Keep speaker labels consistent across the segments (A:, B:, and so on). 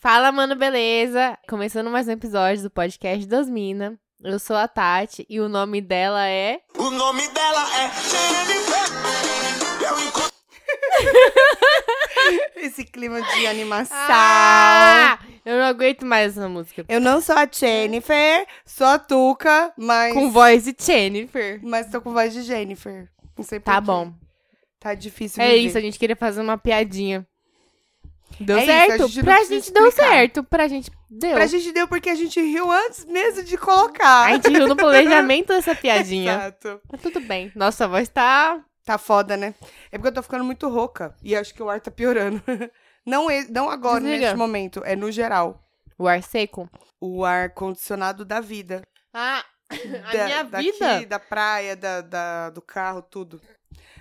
A: Fala, mano, beleza? Começando mais um episódio do podcast das Minas. Eu sou a Tati e o nome dela é.
B: O nome dela é Jennifer. Eu encontro
C: Esse clima de animação.
A: Ah! Eu não aguento mais essa música.
C: Eu não sou a Jennifer, sou a Tuca, mas.
A: Com voz de Jennifer.
C: Mas tô com voz de Jennifer. Não sei por
A: Tá
C: quê.
A: bom.
C: Tá difícil.
A: É
C: viver.
A: isso, a gente queria fazer uma piadinha. Deu
C: É isso, a
A: certo?
C: gente não
A: pra
C: precisa
A: gente deu
C: explicar.
A: certo. Pra gente deu.
C: Pra gente deu porque a gente riu antes mesmo de colocar.
A: A gente riu no planejamento dessa piadinha.
C: Exato.
A: Mas tudo bem. Nossa voz tá.
C: Tá foda, né? É porque eu tô ficando muito rouca e acho que o ar tá piorando. Não, e- não agora,
A: Desliga.
C: neste momento, é no geral.
A: O ar seco.
C: O ar condicionado da vida.
A: Ah, a
C: da-
A: minha
C: daqui,
A: vida.
C: da praia, da, da- do carro, tudo.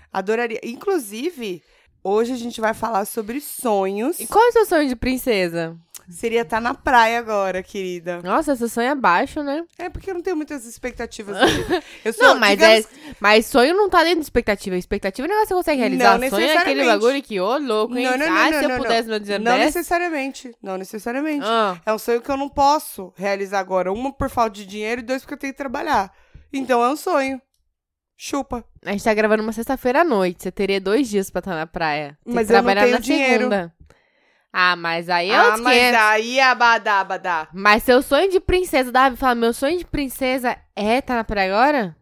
C: Adoraria. Inclusive, hoje a gente vai falar sobre sonhos.
A: E qual é o seu sonho de princesa?
C: Seria estar na praia agora, querida.
A: Nossa, seu sonho é baixo, né?
C: É porque eu não tenho muitas expectativas. dele. Eu sou,
A: Não, mas,
C: digamos,
A: é, mas sonho não tá dentro de expectativa. Expectativa é um negócio que você consegue realizar.
C: Não
A: sonho é aquele
C: necessariamente.
A: bagulho que, ô, louco, hein?
C: Não, não, não,
A: ah,
C: não,
A: se eu
C: não,
A: pudesse no dia
C: Não
A: desse...
C: necessariamente. Não necessariamente.
A: Ah,
C: É um sonho que eu não posso realizar agora. Uma por falta de dinheiro e dois porque eu tenho que trabalhar. Então é um sonho. Chupa.
A: a gente tá gravando uma sexta-feira à noite. Você teria dois dias pra estar na praia. Tem
C: Mas
A: que
C: eu não
A: trabalhar
C: tenho
A: na
C: dinheiro.
A: segunda. Ah, mas aí eu
C: ah,
A: ah,
C: mas aí abadá, abadá.
A: Mas seu sonho de princesa, Davi, fala, meu sonho de princesa é tá na praia agora?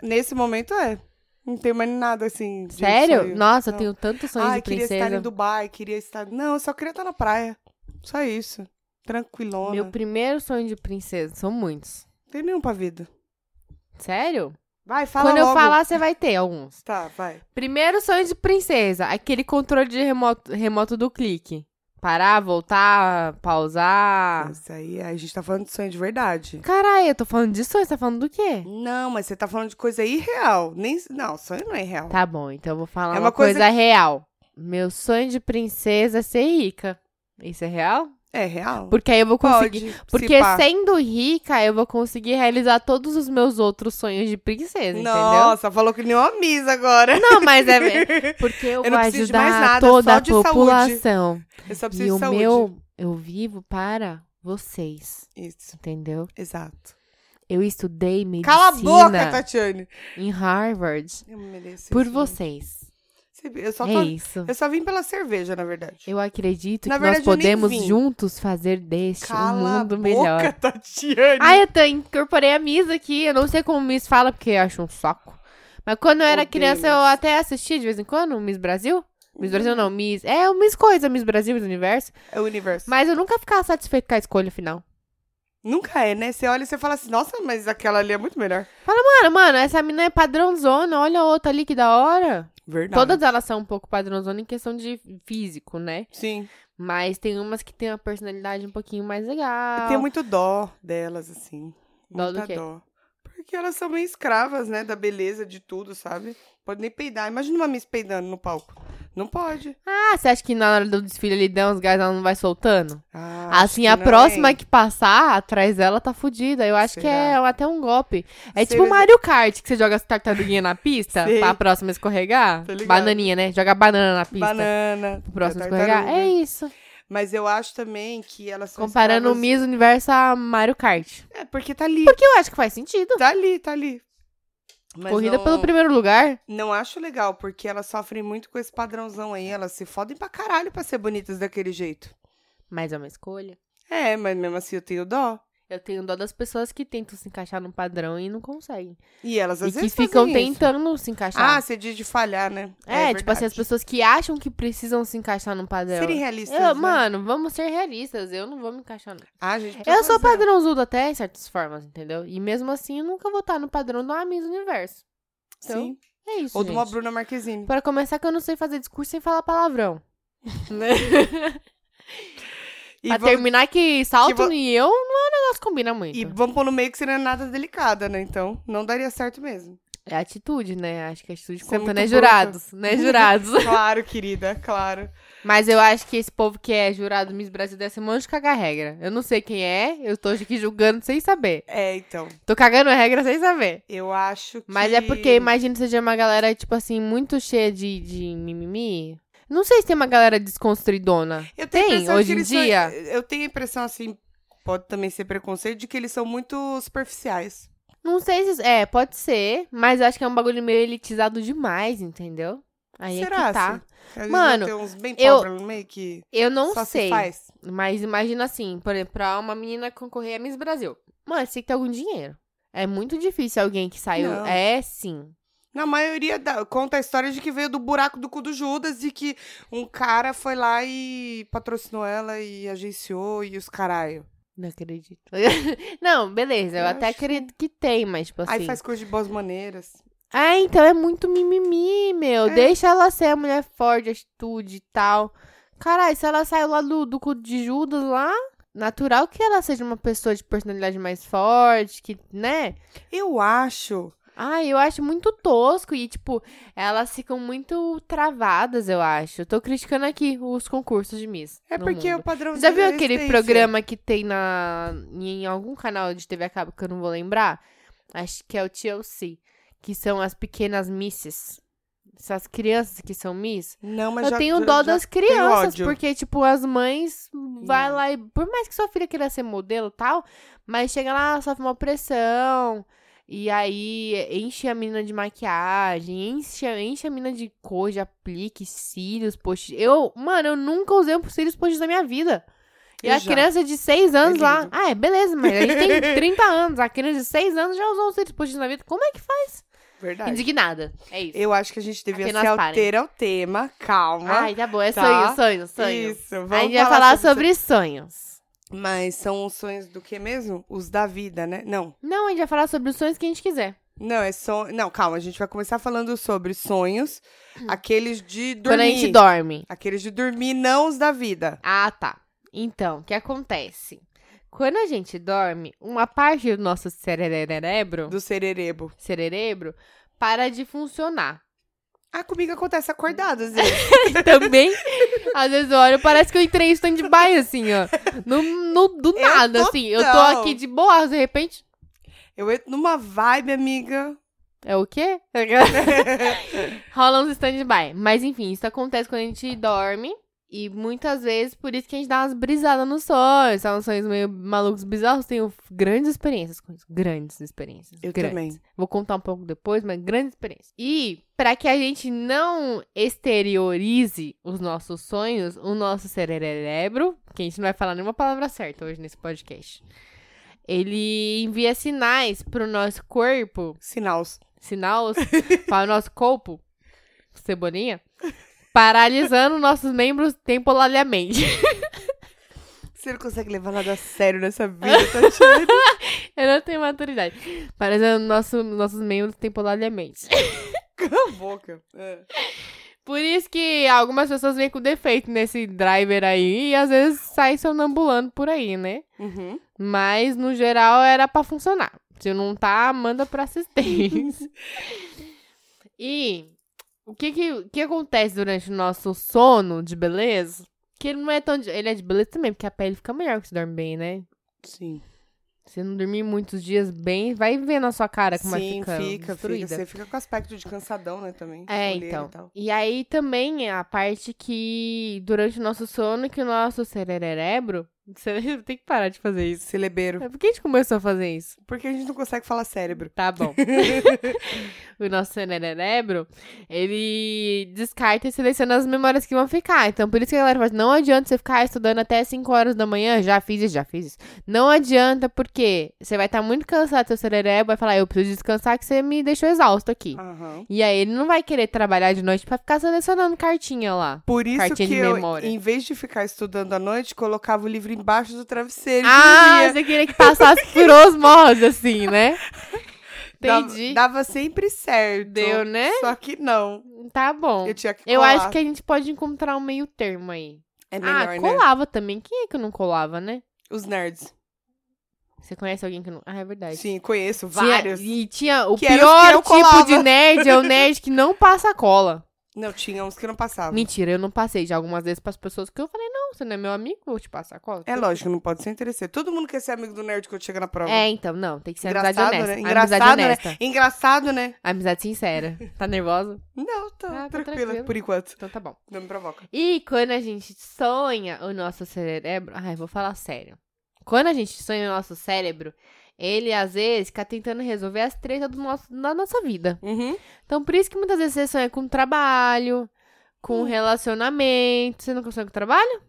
C: Nesse momento é. Não tem mais nada assim. de
A: Sério?
C: sonho.
A: Nossa, eu
C: Não.
A: tenho tantos sonhos
C: Ai,
A: de
C: queria estar em
A: princesa.
C: Dubai, queria estar. Não, eu só queria estar na praia. Só isso. Tranquilona.
A: Meu primeiro sonho de princesa, são muitos.
C: Não tem nenhum pra vida.
A: Sério?
C: Vai, fala
A: Quando eu
C: logo.
A: falar, você vai ter alguns.
C: Tá, vai.
A: Primeiro sonho de princesa, aquele controle de remoto, remoto do clique. Parar, voltar, pausar.
C: Isso aí, a gente tá falando de sonho de verdade.
A: Caralho, eu tô falando de sonho, você tá falando do quê?
C: Não, mas você tá falando de coisa irreal. Nem... Não, sonho não é real.
A: Tá bom, então eu vou falar
C: É
A: uma,
C: uma
A: coisa,
C: coisa
A: real. Meu sonho de princesa é ser rica. Isso é real?
C: É real?
A: Porque aí eu vou conseguir.
C: Pode, se
A: Porque é,
C: pá.
A: sendo rica, eu vou conseguir realizar todos os meus outros sonhos de princesa, entendeu?
C: Nossa, falou que nem uma misa agora.
A: Não, mas é porque eu,
C: Eu não
A: vou
C: preciso de mais
A: ajudar
C: nada, é
A: toda
C: só
A: a
C: de saúde.
A: população.
C: Eu só
A: E
C: preciso
A: o
C: de saúde.
A: meu, eu vivo para vocês,
C: Isso,
A: entendeu?
C: exato.
A: Eu estudei medicina
C: Cala a boca, tá- Tatiane.
A: em Harvard
C: Eu mereço
A: por
C: isso,
A: vocês.
C: Você- Eu só,
A: é
C: tô-
A: isso.
C: eu só vim pela cerveja, na verdade.
A: Eu acredito
C: Na
A: que nós
C: verdade, eu nem
A: podemos
C: vim.
A: juntos fazer deste um mundo melhor.
C: Tatiane.
A: Ai, eu tô- incorporei a Miss aqui. Eu não sei como Miss fala, porque eu acho um saco. Mas quando eu era
C: Odeio
A: criança, eu
C: Miss. Hum.
A: até assistia de vez em quando o Miss Brasil. Miss Brasil não, Miss... É, o Miss Coisa, Miss Brasil, Miss Universo.
C: É o universo.
A: Mas eu nunca ficava satisfeito com a escolha final.
C: Nunca é, né? Você olha e você fala assim, nossa, mas aquela ali é muito melhor.
A: Cara, mano, essa mina é padrãozona. Olha a outra ali, que da hora.
C: Verdade.
A: Todas elas são um pouco padrãozona em questão de físico, né?
C: Sim.
A: Mas tem umas que tem uma personalidade um pouquinho mais legal.
C: Eu tenho muito dó delas, assim.
A: Dó do
C: Muita
A: quê?
C: dó. Porque elas são meio escravas, né? Da beleza, de tudo, sabe? Pode nem peidar. Imagina uma Miss peidando no palco. Não pode.
A: Ah, você acha que na hora do desfile ali dá uns gás, ela não vai soltando?
C: Ah, acho
A: assim,
C: que
A: a
C: não,
A: próxima
C: hein?
A: que passar atrás dela tá fudida. Eu acho que é
C: Será?
A: até um golpe. É tipo
C: Será?
A: Mario Kart, que você joga as tartaruguinha na pista
C: Sei.
A: pra próxima escorregar.
C: Tô ligada.
A: Bananinha, né? Joga banana na pista.
C: Banana.
A: Pro próximo
C: da
A: escorregar.
C: tartaruga.
A: É isso.
C: Mas eu acho também que elas são
A: Comparando o
C: escravas...
A: Miss Universo a Mario Kart.
C: É, porque tá ali.
A: Que eu acho que faz sentido.
C: Tá ali, tá ali. Mas
A: Corrida
C: não-
A: pelo primeiro lugar?
C: Não acho legal, porque elas sofrem muito com esse padrãozão aí. Elas se fodem pra caralho pra ser bonitas daquele jeito.
A: Mas é uma escolha.
C: É, mas mesmo assim eu tenho dó.
A: Eu tenho dó das pessoas que tentam se encaixar num padrão e não conseguem.
C: E elas às
A: e que
C: vezes
A: ficam
C: fazem isso.
A: tentando se
C: Ah,
A: encaixar.
C: você diz de falhar, né?
A: é, tipo assim, as
C: verdade.
A: pessoas que acham que precisam se encaixar num padrão.
C: Serem realistas,
A: Eu-
C: né?
A: Mano, vamos ser realistas. Eu não vou me encaixar. Não.
C: Ah, gente,
A: Eu sou
C: padrão.
A: padrãozudo até, em certas formas, entendeu? E mesmo assim, eu nunca vou estar no padrão do Amis Universo. Então,
C: Sim.
A: É isso,
C: Ou de uma
A: gente.
C: Bruna Marquezine.
A: Pra começar, que eu não sei fazer discurso sem falar palavrão.
C: E
A: pra
C: vamos,
A: terminar que salto
C: vamos-
A: e eu, não é um negócio que combina muito.
C: e vamos pôr no meio que seria nada delicada, né? Então, não daria certo mesmo.
A: É atitude, né? Acho que a atitude
C: Você é
A: conta,
C: muito
A: né,
C: bruta.
A: jurados? Né, jurados?
C: Claro, querida, claro.
A: Mas eu acho que esse povo que é jurado Miss Brasil deve ser um monte de cagar regra. Eu não sei quem é, eu tô aqui julgando sem saber.
C: É, então.
A: Tô cagando a regra sem saber. é
C: Eu acho que.
A: Mas é porque imagino que seja uma galera, tipo assim, muito cheia de, de mimimi. Não sei se tem uma galera desconstruidona.
C: Eu tenho a
A: Tem,
C: impressão de
A: hoje
C: que
A: em
C: eles são- eh,
A: dia.
C: eu tenho a impressão, assim, pode também ser preconceito, de que eles são muito superficiais.
A: Não sei se. É, pode ser, mas acho que é um bagulho meio elitizado demais, entendeu? Aí é
C: Será?
A: que tá.
C: assim? Eles
A: Mano,
C: não têm uns bem
A: eu-
C: pobres no meio que
A: Eu não
C: só
A: sei.
C: se faz.
A: Mas imagina assim, por exemplo, pra uma menina concorrer a Miss Brasil. Mano, você tem que ter algum dinheiro. É muito difícil alguém que saiu.
C: Não.
A: É sim.
C: Na maioria da- conta a história de que veio do buraco do cu do Judas e que um cara foi lá e patrocinou ela e agenciou e os caralho.
A: Não acredito. não, beleza, eu,
C: Eu
A: até
C: acho que-
A: acredito que tem, mas tipo assim.
C: Aí faz coisa de boas maneiras.
A: Ah, então é muito mimimi, meu.
C: É.
A: Deixa ela ser a mulher forte, de atitude e tal. Caralho, se ela saiu lá do, do culto de Judas lá, natural que ela seja uma pessoa de personalidade mais forte, que, né?
C: Eu acho.
A: Ai, eu acho muito tosco e, tipo, elas ficam muito travadas, eu acho. Eu tô criticando aqui os concursos de Miss.
C: É
A: no
C: porque é o
A: mundo.
C: padrão
A: Já
C: de
A: viu aquele
C: existência.
A: programa que tem na em algum canal de TV a cabo que eu não vou lembrar? Acho que é o TLC, que são as pequenas misses. Essas crianças que são miss.
C: Não, mas
A: eu
C: já,
A: tenho
C: já-
A: dó
C: já-
A: das crianças,
C: ódio.
A: porque, tipo, as mães vai lá e. Por mais que sua filha queira ser modelo e tal, mas chega lá, sofre uma pressão. E aí enche a menina de maquiagem, enche, a- enche a menina de cor, de aplique, cílios, post. Eu, mano, eu nunca usei um cílios post na minha vida. E
C: Eu
A: a
C: já.
A: criança de 6 anos
C: É
A: lá.
C: lindo.
A: Ah, é, beleza, mas a gente tem 30 anos. A criança de 6 anos já usou um cílios post na vida. Como é que faz?
C: Verdade.
A: Indignada. É isso.
C: Tá. Eu acho que a gente devia
A: Apenas
C: se
A: parem.
C: alterar ao tema. Calma.
A: Ai, tá bom, é
C: tá.
A: sonho, sonho, sonho.
C: Isso, vamos
A: a gente vai falar sobre sonhos.
C: Mas são os sonhos do que mesmo? Os da vida, né? Não.
A: Não, a gente vai falar sobre os sonhos que a gente quiser.
C: Não, é só. Não, calma, a gente vai começar falando sobre sonhos, aqueles de dormir.
A: Hum. Quando a gente dorme.
C: Aqueles de dormir, não os da vida.
A: Ah, tá. Então, o que acontece? Quando a gente dorme, uma parte do nosso cerebro,
C: Do sererebo.
A: cerebro para de funcionar.
C: Ah, comigo acontece acordado, às vezes.
A: Também, às vezes eu olho, parece que eu entrei em stand-by, assim, ó. No, no- do
C: Eu
A: nada, assim. Eu tô
C: total.
A: aqui de boa, de repente...
C: Eu entro numa vibe, amiga.
A: É o quê? Rola uns stand-by. Mas enfim, isso acontece quando a gente dorme. E muitas vezes, por isso que a gente dá umas brisadas nos sonhos. São uns sonhos meio malucos, bizarros. Tenho grandes experiências com isso. Grandes experiências.
C: Eu
A: grandes.
C: também.
A: Vou contar um pouco depois, mas grandes experiências. E pra que a gente não exteriorize os nossos sonhos, o nosso cerebro, que a gente não vai falar nenhuma palavra certa hoje nesse podcast, ele envia sinais pro nosso corpo
C: Sinals.
A: sinal para o nosso corpo, cebolinha, paralisando nossos membros temporariamente.
C: Você não consegue levar nada a sério nessa vida, Tatiana.
A: Eu não tenho maturidade. Paralisando nosso, nossos membros temporariamente.
C: Cala a boca. É.
A: Por isso que algumas pessoas vêm com defeito nesse driver aí e às vezes saem sonambulando por aí, né?
C: Uhum.
A: Mas no geral era pra funcionar. Se não tá, manda pra assistência. e o que que, o que acontece durante o nosso sono de beleza? Que ele não é tão. de- Ele é de beleza também, porque a pele fica melhor quando você dorme bem, né?
C: Sim.
A: Se não dormir muitos dias bem, vai ver na sua cara como é que
C: Sim,
A: fica,
C: fica, fica.
A: destruída.
C: Você fica com aspecto de cansadão, né, também.
A: É,
C: Olheira
A: então.
C: e tal.
A: E aí também é a parte que durante o nosso sono que o nosso cerebro, cerebro tem que parar de fazer isso.
C: Celebeiro.
A: É Por que a gente começou a fazer isso?
C: Porque a gente não consegue falar cérebro.
A: Tá bom. o nosso cerebro, ele descarta e seleciona as memórias que vão ficar. Então, por isso que a galera fala, não adianta você ficar estudando até 5 horas da manhã, já fiz isso, já fiz isso. Não adianta, porque você vai estar muito cansado, seu cerebro vai falar, eu preciso descansar que você me deixou exausto aqui.
C: Aham.
A: E aí ele não vai querer trabalhar de noite pra ficar selecionando cartinha lá.
C: Por isso
A: Cartinha
C: que
A: de
C: eu,
A: memória.
C: em vez de ficar estudando à noite, colocava o livro embaixo do travesseiro. e
A: Ah,
C: dormia.
A: você queria que passasse por osmose, assim, né?
C: Dava-
A: Entendi.
C: Dava, sempre certo.
A: Deu, né?
C: Só que não.
A: Tá bom.
C: Eu tinha que
A: Eu
C: colar.
A: acho que a gente pode encontrar um meio termo aí.
C: é melhor,
A: ah,
C: né?
A: colava também. Quem é que não colava, né?
C: Os nerds.
A: Você conhece alguém que não. Ah, é verdade.
C: Sim, conheço
A: Tinha-
C: vários.
A: E tinha o
C: Que eram os que
A: pior
C: não
A: tipo
C: colava.
A: de nerd é o nerd que não passa cola.
C: Não, tinha uns que não passavam.
A: Mentira, eu não passei já algumas vezes pras pessoas que eu falei, não, você não é meu amigo, vou te passar a conta.
C: É lógico, não pode ser interesseiro. Todo mundo quer ser amigo do nerd quando chega na prova.
A: É, então, não, tem que ser amizade
C: Engraçado,
A: honesta.
C: né?
A: Amizade
C: Engraçado, né?
A: honesta.
C: Engraçado, né?
A: Amizade sincera. Tá nervosa?
C: Não, tô
A: Ah, tá
C: tranquila,
A: tranquila.
C: por enquanto.
A: Então tá bom.
C: Não me provoca.
A: E quando a gente sonha, o nosso cérebro. Ai, vou falar sério. Quando a gente sonha o nosso cérebro, ele às vezes fica tentando resolver as tretas do nosso, da nossa vida.
C: Uhum.
A: Então, por isso que muitas vezes você sonha com trabalho, com
C: Hum.
A: relacionamento. Você nunca sonha com trabalho?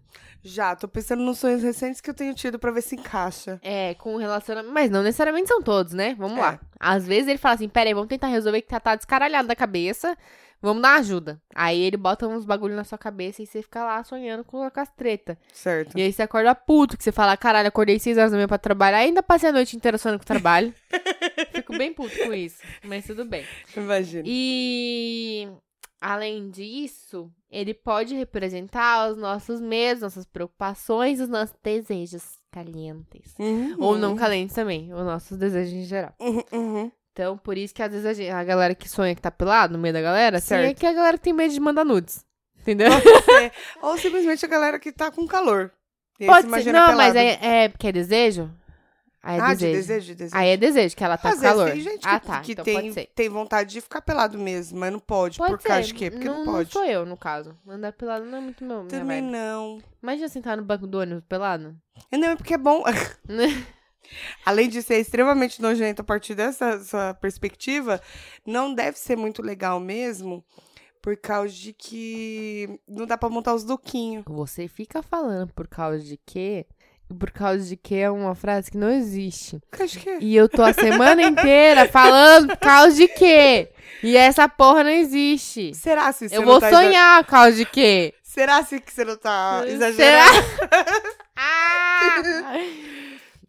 C: Já, tô pensando nos sonhos recentes que eu tenho tido pra ver se encaixa.
A: É, com relacionamento. Mas não necessariamente são todos, né? Vamos
C: É.
A: lá. Às vezes ele fala assim: peraí, vamos tentar resolver que tá, tá descaralhado da cabeça. Vamos dar uma ajuda. Aí ele bota uns bagulho na sua cabeça e você fica lá sonhando com com as treta.
C: Certo.
A: E aí você acorda puto, que você fala, caralho, acordei 6 horas da manhã pra trabalhar, ainda passei a noite inteira sonhando com o trabalho. Fico bem puto com isso, mas tudo bem.
C: Imagina.
A: E além disso, ele pode representar os nossos medos, nossas preocupações, os nossos desejos calientes.
C: Uhum.
A: Ou não calientes também, os nossos desejos em geral.
C: Uhum, uhum.
A: Então, por isso que às vezes a, gen- a galera que sonha que tá pelado no meio da galera, assim, é
C: Certo.
A: que a galera que tem medo de mandar nudes. Entendeu?
C: Ou simplesmente a galera que tá com calor. E aí se
A: Pode ser.
C: imagina
A: Não,
C: pelado.
A: mas é, é porque é desejo? Aí é
C: ah,
A: desejo.
C: de desejo, de desejo.
A: Aí é desejo, que ela tá
C: Às
A: com
C: vezes
A: calor.
C: tem gente que,
A: ah, tá.
C: que
A: então pode
C: tem,
A: ser.
C: tem vontade de ficar pelado mesmo, mas não pode,
A: Pode
C: por
A: ser.
C: causa de quê? Porque não, pode.
A: sou eu, no caso. Andar pelado não é muito meu. Minha
C: Também
A: vibe.
C: não.
A: Imagina sentar no banco do ônibus pelado.
C: Não, é porque é bom. Além de ser extremamente nojento a partir dessa sua perspectiva, não deve ser muito legal mesmo, por causa de que não dá pra montar os duquinhos.
A: Você fica falando por causa de quê? E Por causa de quê é uma frase que não existe.
C: Acho que é.
A: E eu tô a semana inteira falando por causa de quê? E essa porra não existe.
C: Será se você
A: eu
C: não
A: vou
C: tá exa-
A: sonhar por causa de quê?
C: Será se que você não tá
A: Será?
C: exagerando?
A: Ah!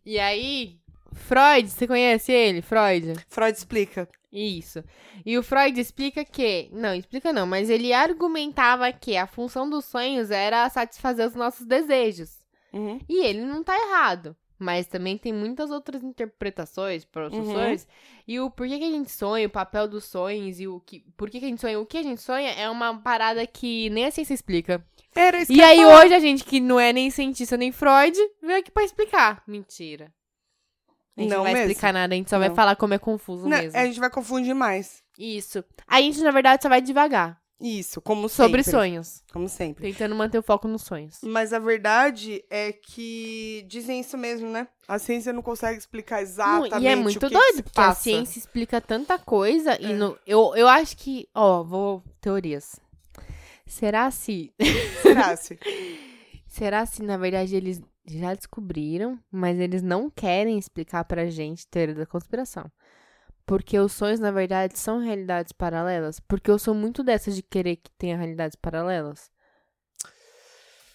A: E aí, Freud, você conhece ele? Freud?
C: Freud explica.
A: Isso. E o Freud explica que. Não, explica não, mas ele argumentava que a função dos sonhos era satisfazer os nossos desejos.
C: Uhum.
A: E ele não tá errado. Mas também tem muitas outras interpretações para os
C: Uhum.
A: sonhos. E o porquê que a gente sonha, o papel dos sonhos e o que. Por que que a gente sonha? O que a gente sonha é uma parada que nem a ciência explica.
C: Era isso que
A: E
C: eu ia
A: aí
C: falar.
A: hoje a gente que não é nem cientista nem Freud veio aqui pra explicar. Mentira. A gente não,
C: Não
A: vai
C: mesmo.
A: explicar nada, a gente só vai
C: Não.
A: falar como é confuso
C: Não,
A: mesmo.
C: A gente vai confundir mais.
A: Isso. A gente, na verdade, só vai devagar.
C: Isso, como
A: Sobre
C: sempre.
A: sonhos.
C: Como sempre.
A: Tentando manter o foco nos sonhos.
C: Mas a verdade é que dizem isso mesmo, né? A ciência não consegue explicar
A: Mu-
C: exatamente
A: E é
C: o
A: muito
C: que
A: doido,
C: que se
A: porque a
C: passa.
A: ciência explica tanta coisa. E
C: É.
A: no, eu, eu acho que. Ó, vou. Teorias. Será se.
C: Será se?
A: Será se, na verdade, eles já descobriram, mas eles não querem explicar pra gente teoria da conspiração? Porque os sonhos, na verdade, são realidades paralelas? Porque eu sou muito dessa de querer que tenha realidades paralelas.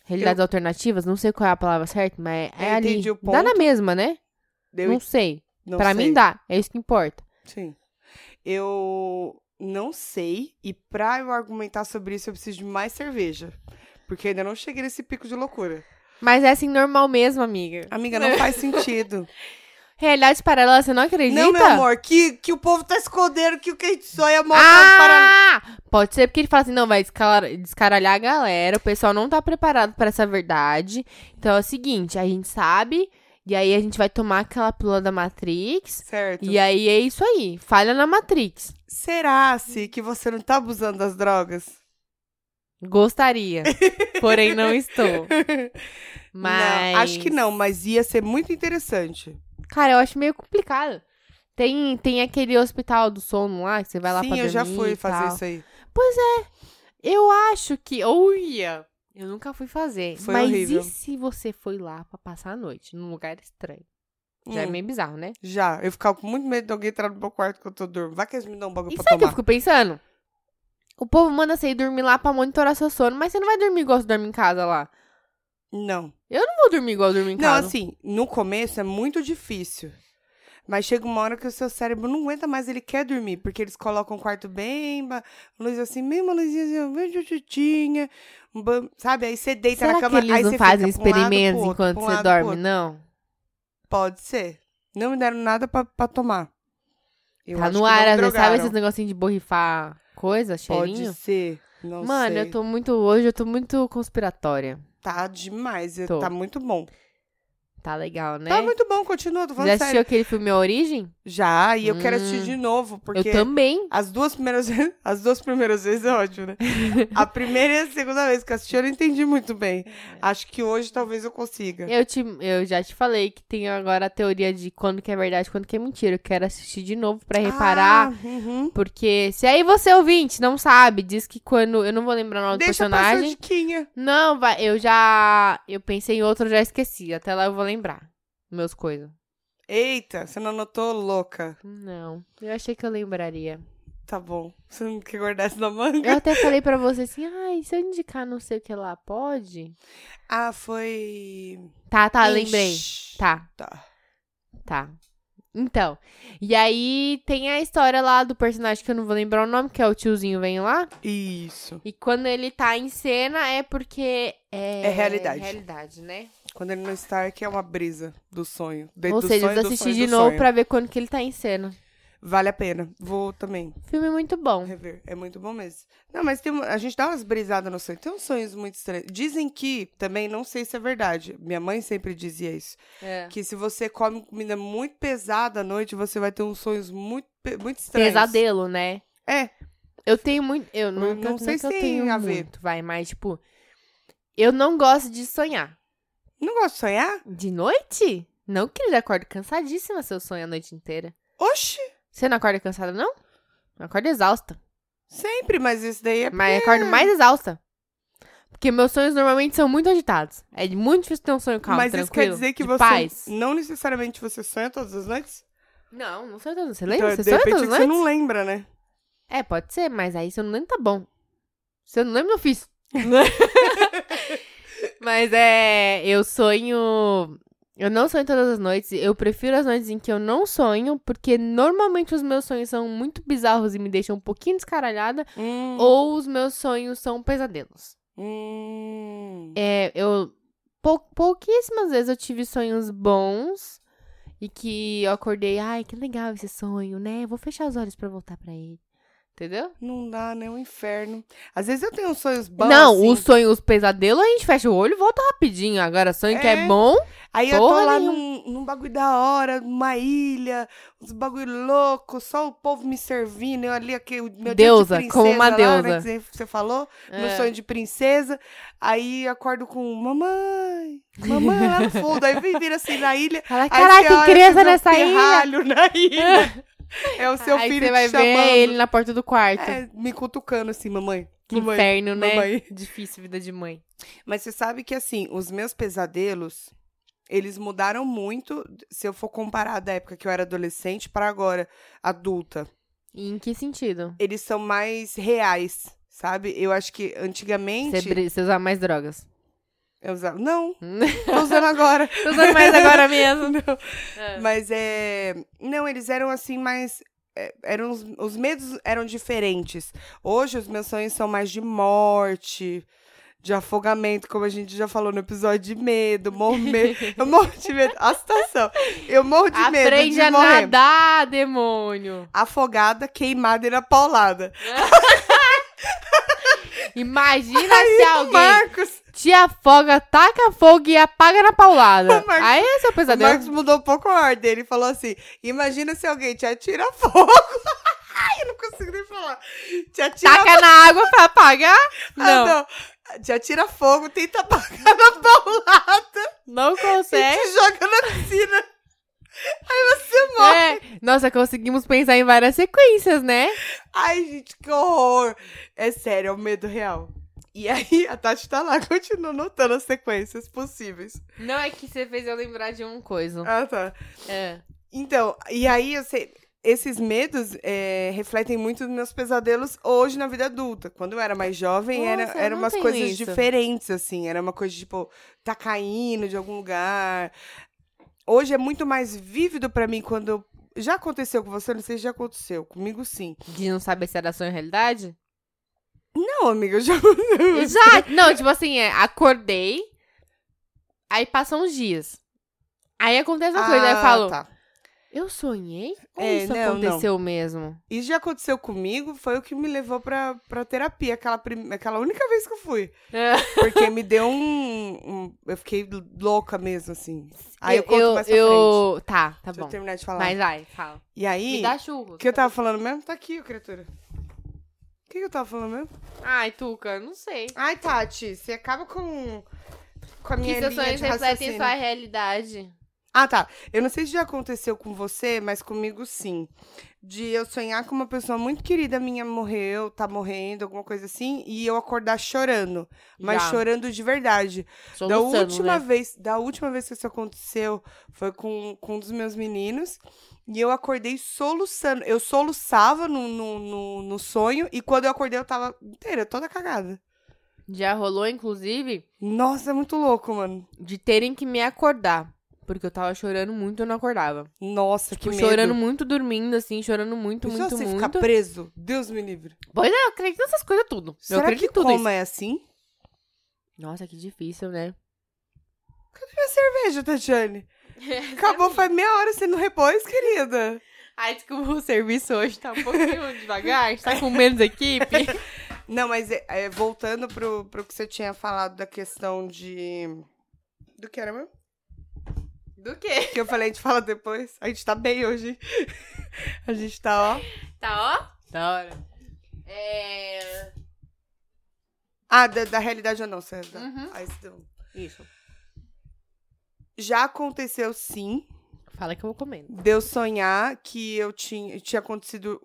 A: Realidades alternativas? Não sei qual é a palavra certa, mas é
C: Eu
A: ali.
C: entendi o
A: Dá
C: ponto.
A: na mesma, né?
C: Eu
A: não sei.
C: não
A: pra
C: sei.
A: mim dá. É isso que importa.
C: Sim. Eu não sei, e pra eu argumentar sobre isso, eu preciso de mais cerveja. Porque ainda não cheguei nesse pico de loucura.
A: Mas é assim, normal mesmo, amiga.
C: Amiga, não faz sentido.
A: Realidades paralelas, você não acredita?
C: Não, meu amor, que, que o povo tá escondendo que o que a gente sonha é uma vontade para.
A: Ah! Pode ser porque ele fala assim, não, vai descalar- descaralhar a galera, o pessoal não tá preparado pra essa verdade. Então é o seguinte, a gente sabe, e aí a gente vai tomar aquela pílula da Matrix,
C: Certo.
A: e aí é isso aí, falha na Matrix.
C: Será se que você não tá abusando das drogas?
A: Gostaria, porém não estou. Mas...
C: Não, acho que não, mas ia ser muito interessante.
A: Cara, eu acho meio complicado. Tem, tem aquele hospital do sono lá, que você vai lá
C: Sim,
A: pra
C: eu já
A: dormir
C: fui
A: e
C: fazer
A: tal.
C: isso aí.
A: Eu acho que. Olha! Eu nunca fui fazer.
C: Foi
A: mas
C: horrível.
A: e se você foi lá pra passar a noite num lugar estranho? Já é
C: Hum,
A: meio bizarro, né?
C: já. eu ficava com muito medo de alguém entrar no meu quarto que eu tô dormindo. Vai que eles me dão um bagulho
A: Isso é que
C: pra
A: eu
C: tomar.
A: fico pensando. O povo manda você ir dormir lá pra monitorar seu sono, mas você não vai dormir igual você dorme em casa lá.
C: Não.
A: Eu não vou dormir igual eu dormi em
C: Não,
A: casa.
C: assim, no começo é muito difícil. Mas chega uma hora que o seu cérebro não aguenta mais, ele quer dormir, porque eles colocam o quarto bem, ba- luz assim, mesmo luzinha assim, ó, bem chuchutinha, um ban- sabe? Aí você deita
A: Será
C: na cama,
A: que eles
C: aí
A: não
C: você
A: fazem
C: fica pra um lado, pro
A: experimentos
C: outro,
A: enquanto
C: pra um
A: você
C: lado, pro
A: dorme,
C: outro.
A: não?
C: Pode ser. Não me deram nada pra, pra tomar. Eu
A: tá
C: acho
A: no
C: que não
A: ar,
C: me
A: às vezes, sabe
C: drogaram.
A: esses negocinhos de borrifar coisa, cheirinho?
C: Pode ser. Não
A: Mano,
C: sei.
A: eu tô muito. Hoje eu tô muito conspiratória.
C: Tá demais, eu-
A: Tô.
C: tá muito bom.
A: Tá legal, né?
C: Tá muito bom, continua, tô falando
A: Já
C: sério.
A: assistiu aquele filme A Origem?
C: Já, e eu quero assistir
A: Hum.
C: de novo, porque
A: Eu também.
C: as duas primeiras vezes, as duas primeiras vezes é ótimo, né? A primeira e a segunda vez que eu assisti, eu não entendi muito bem.
A: É.
C: Acho que hoje talvez eu consiga.
A: Eu, te, eu já te falei que tem agora a teoria de quando que é verdade, quando que é mentira. Eu quero assistir de novo pra reparar.
C: Ah, uhum.
A: Porque se aí você ouvinte não sabe, diz que quando. Eu não vou lembrar o nome
C: Deixa
A: do
C: passar
A: personagem.
C: de quinha.
A: Não, vai, eu já. Eu pensei em outro, eu já esqueci. Até lá eu vou lembrar. Meus coisas.
C: Eita, você não anotou, louca.
A: Não. Eu achei que eu lembraria.
C: Tá bom. Você não quer guardar isso na manga?
A: Eu até falei pra você assim, ai, se eu indicar não sei o que lá, pode?
C: Ah, foi...
A: Tá, tá,
C: Ixi.
A: lembrei. Tá,
C: Tá.
A: tá. Então, e aí tem a história lá do personagem que eu não vou lembrar o nome, que é o tiozinho vem lá.
C: Isso.
A: E quando ele tá em cena é porque é,
C: É realidade.
A: realidade, né?
C: Quando ele não está, é que é uma brisa do sonho. De,
A: Ou
C: do
A: seja,
C: sonho,
A: eu
C: do
A: assisti
C: sonho,
A: de
C: do
A: novo
C: sonho.
A: pra ver quando que ele tá em cena.
C: Vale a pena. Vou também
A: Filme muito bom.
C: rever. É muito bom mesmo. Não, mas tem, uma- a gente dá umas brisadas no sonho. Tem uns sonhos muito estranhos. Dizem que, também, não sei se é verdade. Minha mãe sempre dizia isso.
A: É.
C: Que se você come comida muito pesada à noite, você vai ter uns sonhos muito, pe- muito estranhos.
A: Pesadelo, né?
C: É.
A: Eu tenho muito. Eu nunca,
C: não sei
A: nunca
C: se tem
A: tenho
C: a ver.
A: muito, vai, mas tipo. Eu não gosto de sonhar.
C: Não gosta de sonhar?
A: De noite? Não, querida, acordo cansadíssima se eu sonho a noite inteira.
C: Oxi!
A: Você não acorda cansada, não? Eu acordo exausta.
C: Sempre, mas isso daí é...
A: Mas eu acordo mais exausta. Porque meus sonhos normalmente são muito agitados. É muito difícil ter um sonho calmo,
C: mas isso
A: tranquilo.
C: quer dizer que
A: de
C: você... é um
A: paz.
C: Não necessariamente você sonha todas as noites?
A: Não, não sonho todas. Você lembra? você
C: então, de
A: sonha
C: repente é
A: todas
C: que
A: as
C: você
A: noites?
C: não lembra, né?
A: É, pode ser, mas aí se eu não lembro, tá bom. Se eu não lembro, não fiz. mas é. Eu sonho. Eu não sonho todas as noites. Eu prefiro as noites em que eu não sonho, porque normalmente os meus sonhos são muito bizarros e me deixam um pouquinho descaralhada,
C: Hum.
A: ou os meus sonhos são pesadelos.
C: Hum.
A: É, eu. pou- pouquíssimas vezes eu tive sonhos bons e que eu acordei, ai, que legal esse sonho, né? Vou fechar os olhos pra voltar pra ele. Entendeu?
C: Não dá, né? Um inferno. Às vezes eu tenho uns sonhos bons.
A: não,
C: assim,
A: os sonhos, os pesadelos, a gente fecha o olho e volta rapidinho. Agora, sonho que
C: É.
A: é bom.
C: Aí eu tô
A: porra
C: lá
A: nenhuma.
C: num, num bagulho da hora, numa ilha, uns bagulho louco, só o povo me servindo. Eu ali, aqui, o meu
A: Deusa,
C: dia de princesa
A: como uma
C: lá, né,
A: deusa.
C: que você- você falou, meu
A: É.
C: sonho de princesa. Aí eu acordo com mamãe, mamãe lá no fundo. Aí vem vir assim na ilha.
A: Fala,
C: Aí
A: caraca,
C: você
A: tem
C: olha,
A: criança
C: você vê um
A: nessa ilha.
C: pirralho na ilha. É o seu
A: Aí
C: filho
A: você vai
C: te chamando.
A: ver ele na porta do quarto.
C: É, me cutucando assim, mamãe.
A: que
C: mamãe.
A: inferno, né?
C: mamãe.
A: Difícil vida de mãe.
C: Mas você sabe que, assim, os meus pesadelos, eles mudaram muito se eu for comparar da época que eu era adolescente para agora, adulta.
A: E em que sentido?
C: Eles são mais reais, sabe? Eu acho que antigamente.
A: Você bre- você usar mais drogas.
C: Eu usava. Não,
A: Tô
C: tô usando agora.
A: usando mais agora mesmo. É.
C: Mas é. Não, eles eram assim mais. é, Eram os, os medos eram diferentes. Hoje os meus sonhos são mais de morte, de afogamento, como a gente já falou no episódio de medo, morro de medo. Eu morro de medo. A situação. Eu morro de medo
A: Aprende
C: de
A: a
C: morrer.
A: nadar, demônio.
C: Afogada, queimada e na paulada.
A: Imagina se alguém
C: Marcos,
A: te afoga, taca fogo e apaga na paulada.
C: O Marcos-
A: Aí é seu
C: o
A: pesadelo.
C: Marcos mudou um pouco a ordem. Ele falou assim: imagina se alguém te atira fogo. Ai, eu não consigo nem falar. Te atira
A: Taca na água pra apagar? Não, não,
C: Ah, não. Já tira fogo, tenta apagar na paulada
A: consegue.
C: e te joga na piscina.
A: É. Nossa, conseguimos pensar em várias sequências, né?
C: Ai, gente, que horror. É sério, é um medo real. E aí, a Tati tá lá, continua notando as sequências possíveis.
A: Não é que você fez eu lembrar de uma coisa.
C: Ah, tá.
A: É.
C: Então, e aí, eu sei, esses medos é, refletem muito os meus pesadelos hoje na vida adulta. Quando eu era mais jovem,
A: Nossa,
C: era,
A: eu
C: era
A: não
C: umas
A: tenho
C: coisas
A: isso.
C: diferentes, assim. Era uma coisa, tipo, tá caindo de algum lugar. Hoje é muito mais vívido pra mim quando eu... Já aconteceu com você? Não sei se já aconteceu. Comigo, sim.
A: De não saber se era sonho ou realidade?
C: Não, amiga, eu já... Hum.
A: Já, não, tipo assim, é, acordei, aí passam uns dias. Aí acontece uma coisa, aí eu
C: Ah,
A: falo,
C: tá.
A: Eu sonhei? Ou
C: É,
A: isso
C: não, não.
A: aconteceu mesmo?
C: Isso já aconteceu comigo, foi o que me levou pra, pra terapia, aquela, prim- aquela única vez que eu fui. Porque me deu um, um- Eu fiquei louca mesmo, assim. Aí eu, conto mais pra frente.
A: eu... Tá, tá
C: Deixa
A: bom.
C: eu terminar de falar.
A: Mas vai, fala.
C: E
A: Me
C: aí,
A: dá
C: o
A: churros.
C: que eu tava falando mesmo? Tá aqui, ô criatura. O que que eu tava falando mesmo?
A: Ai, Tuca, não sei.
C: Ai, Tati, você acaba com, com a minha
A: Que seus
C: linha
A: sonhos
C: de
A: refletem
C: raciocínio.
A: sua realidade.
C: Ah, tá. Eu não sei se já aconteceu com você, mas comigo sim. De eu sonhar com uma pessoa muito querida minha morreu, tá morrendo, alguma coisa assim, e eu acordar chorando. Mas
A: Já.
C: chorando de verdade.
A: Sou né?
C: da última vez, da última vez que isso aconteceu, foi com, com um dos meus meninos. E eu acordei soluçando. Eu soluçava no, no, no, no sonho, e quando eu acordei, eu tava inteira, toda cagada.
A: Já rolou, inclusive,
C: Nossa, é muito louco, mano.
A: de terem que me acordar. Porque eu tava chorando muito e eu não acordava.
C: Nossa,
A: Tipo,
C: que medo.
A: chorando muito, dormindo, assim, chorando muito,
C: Pensou
A: muito,
C: você
A: muito.
C: ficar preso? Deus me livre.
A: Pois é, eu acredito nessas coisas tudo. eu
C: Será
A: acredito
C: que
A: em tudo isso.
C: coma é assim?
A: Nossa, que difícil, né?
C: Cerveja, Tatiane. Acabou, faz meia hora você não repôs, querida.
A: Ai, desculpa, o serviço hoje tá um pouquinho devagar. A gente tá com menos equipe.
C: Não, mas é, é, voltando pro, pro que você tinha falado da questão de. Do que era mesmo?
A: Do quê?
C: Que eu falei, a gente fala depois. A gente tá bem hoje. hein? A gente tá, ó.
A: Tá, ó? Da hora. É...
C: Ah, da, da realidade ou não, você. da-
A: Uhum.
C: Ah, isso deu.
A: Isso.
C: Já aconteceu sim.
A: Fala que eu vou comendo.
C: de eu sonhar que eu tinha, tinha acontecido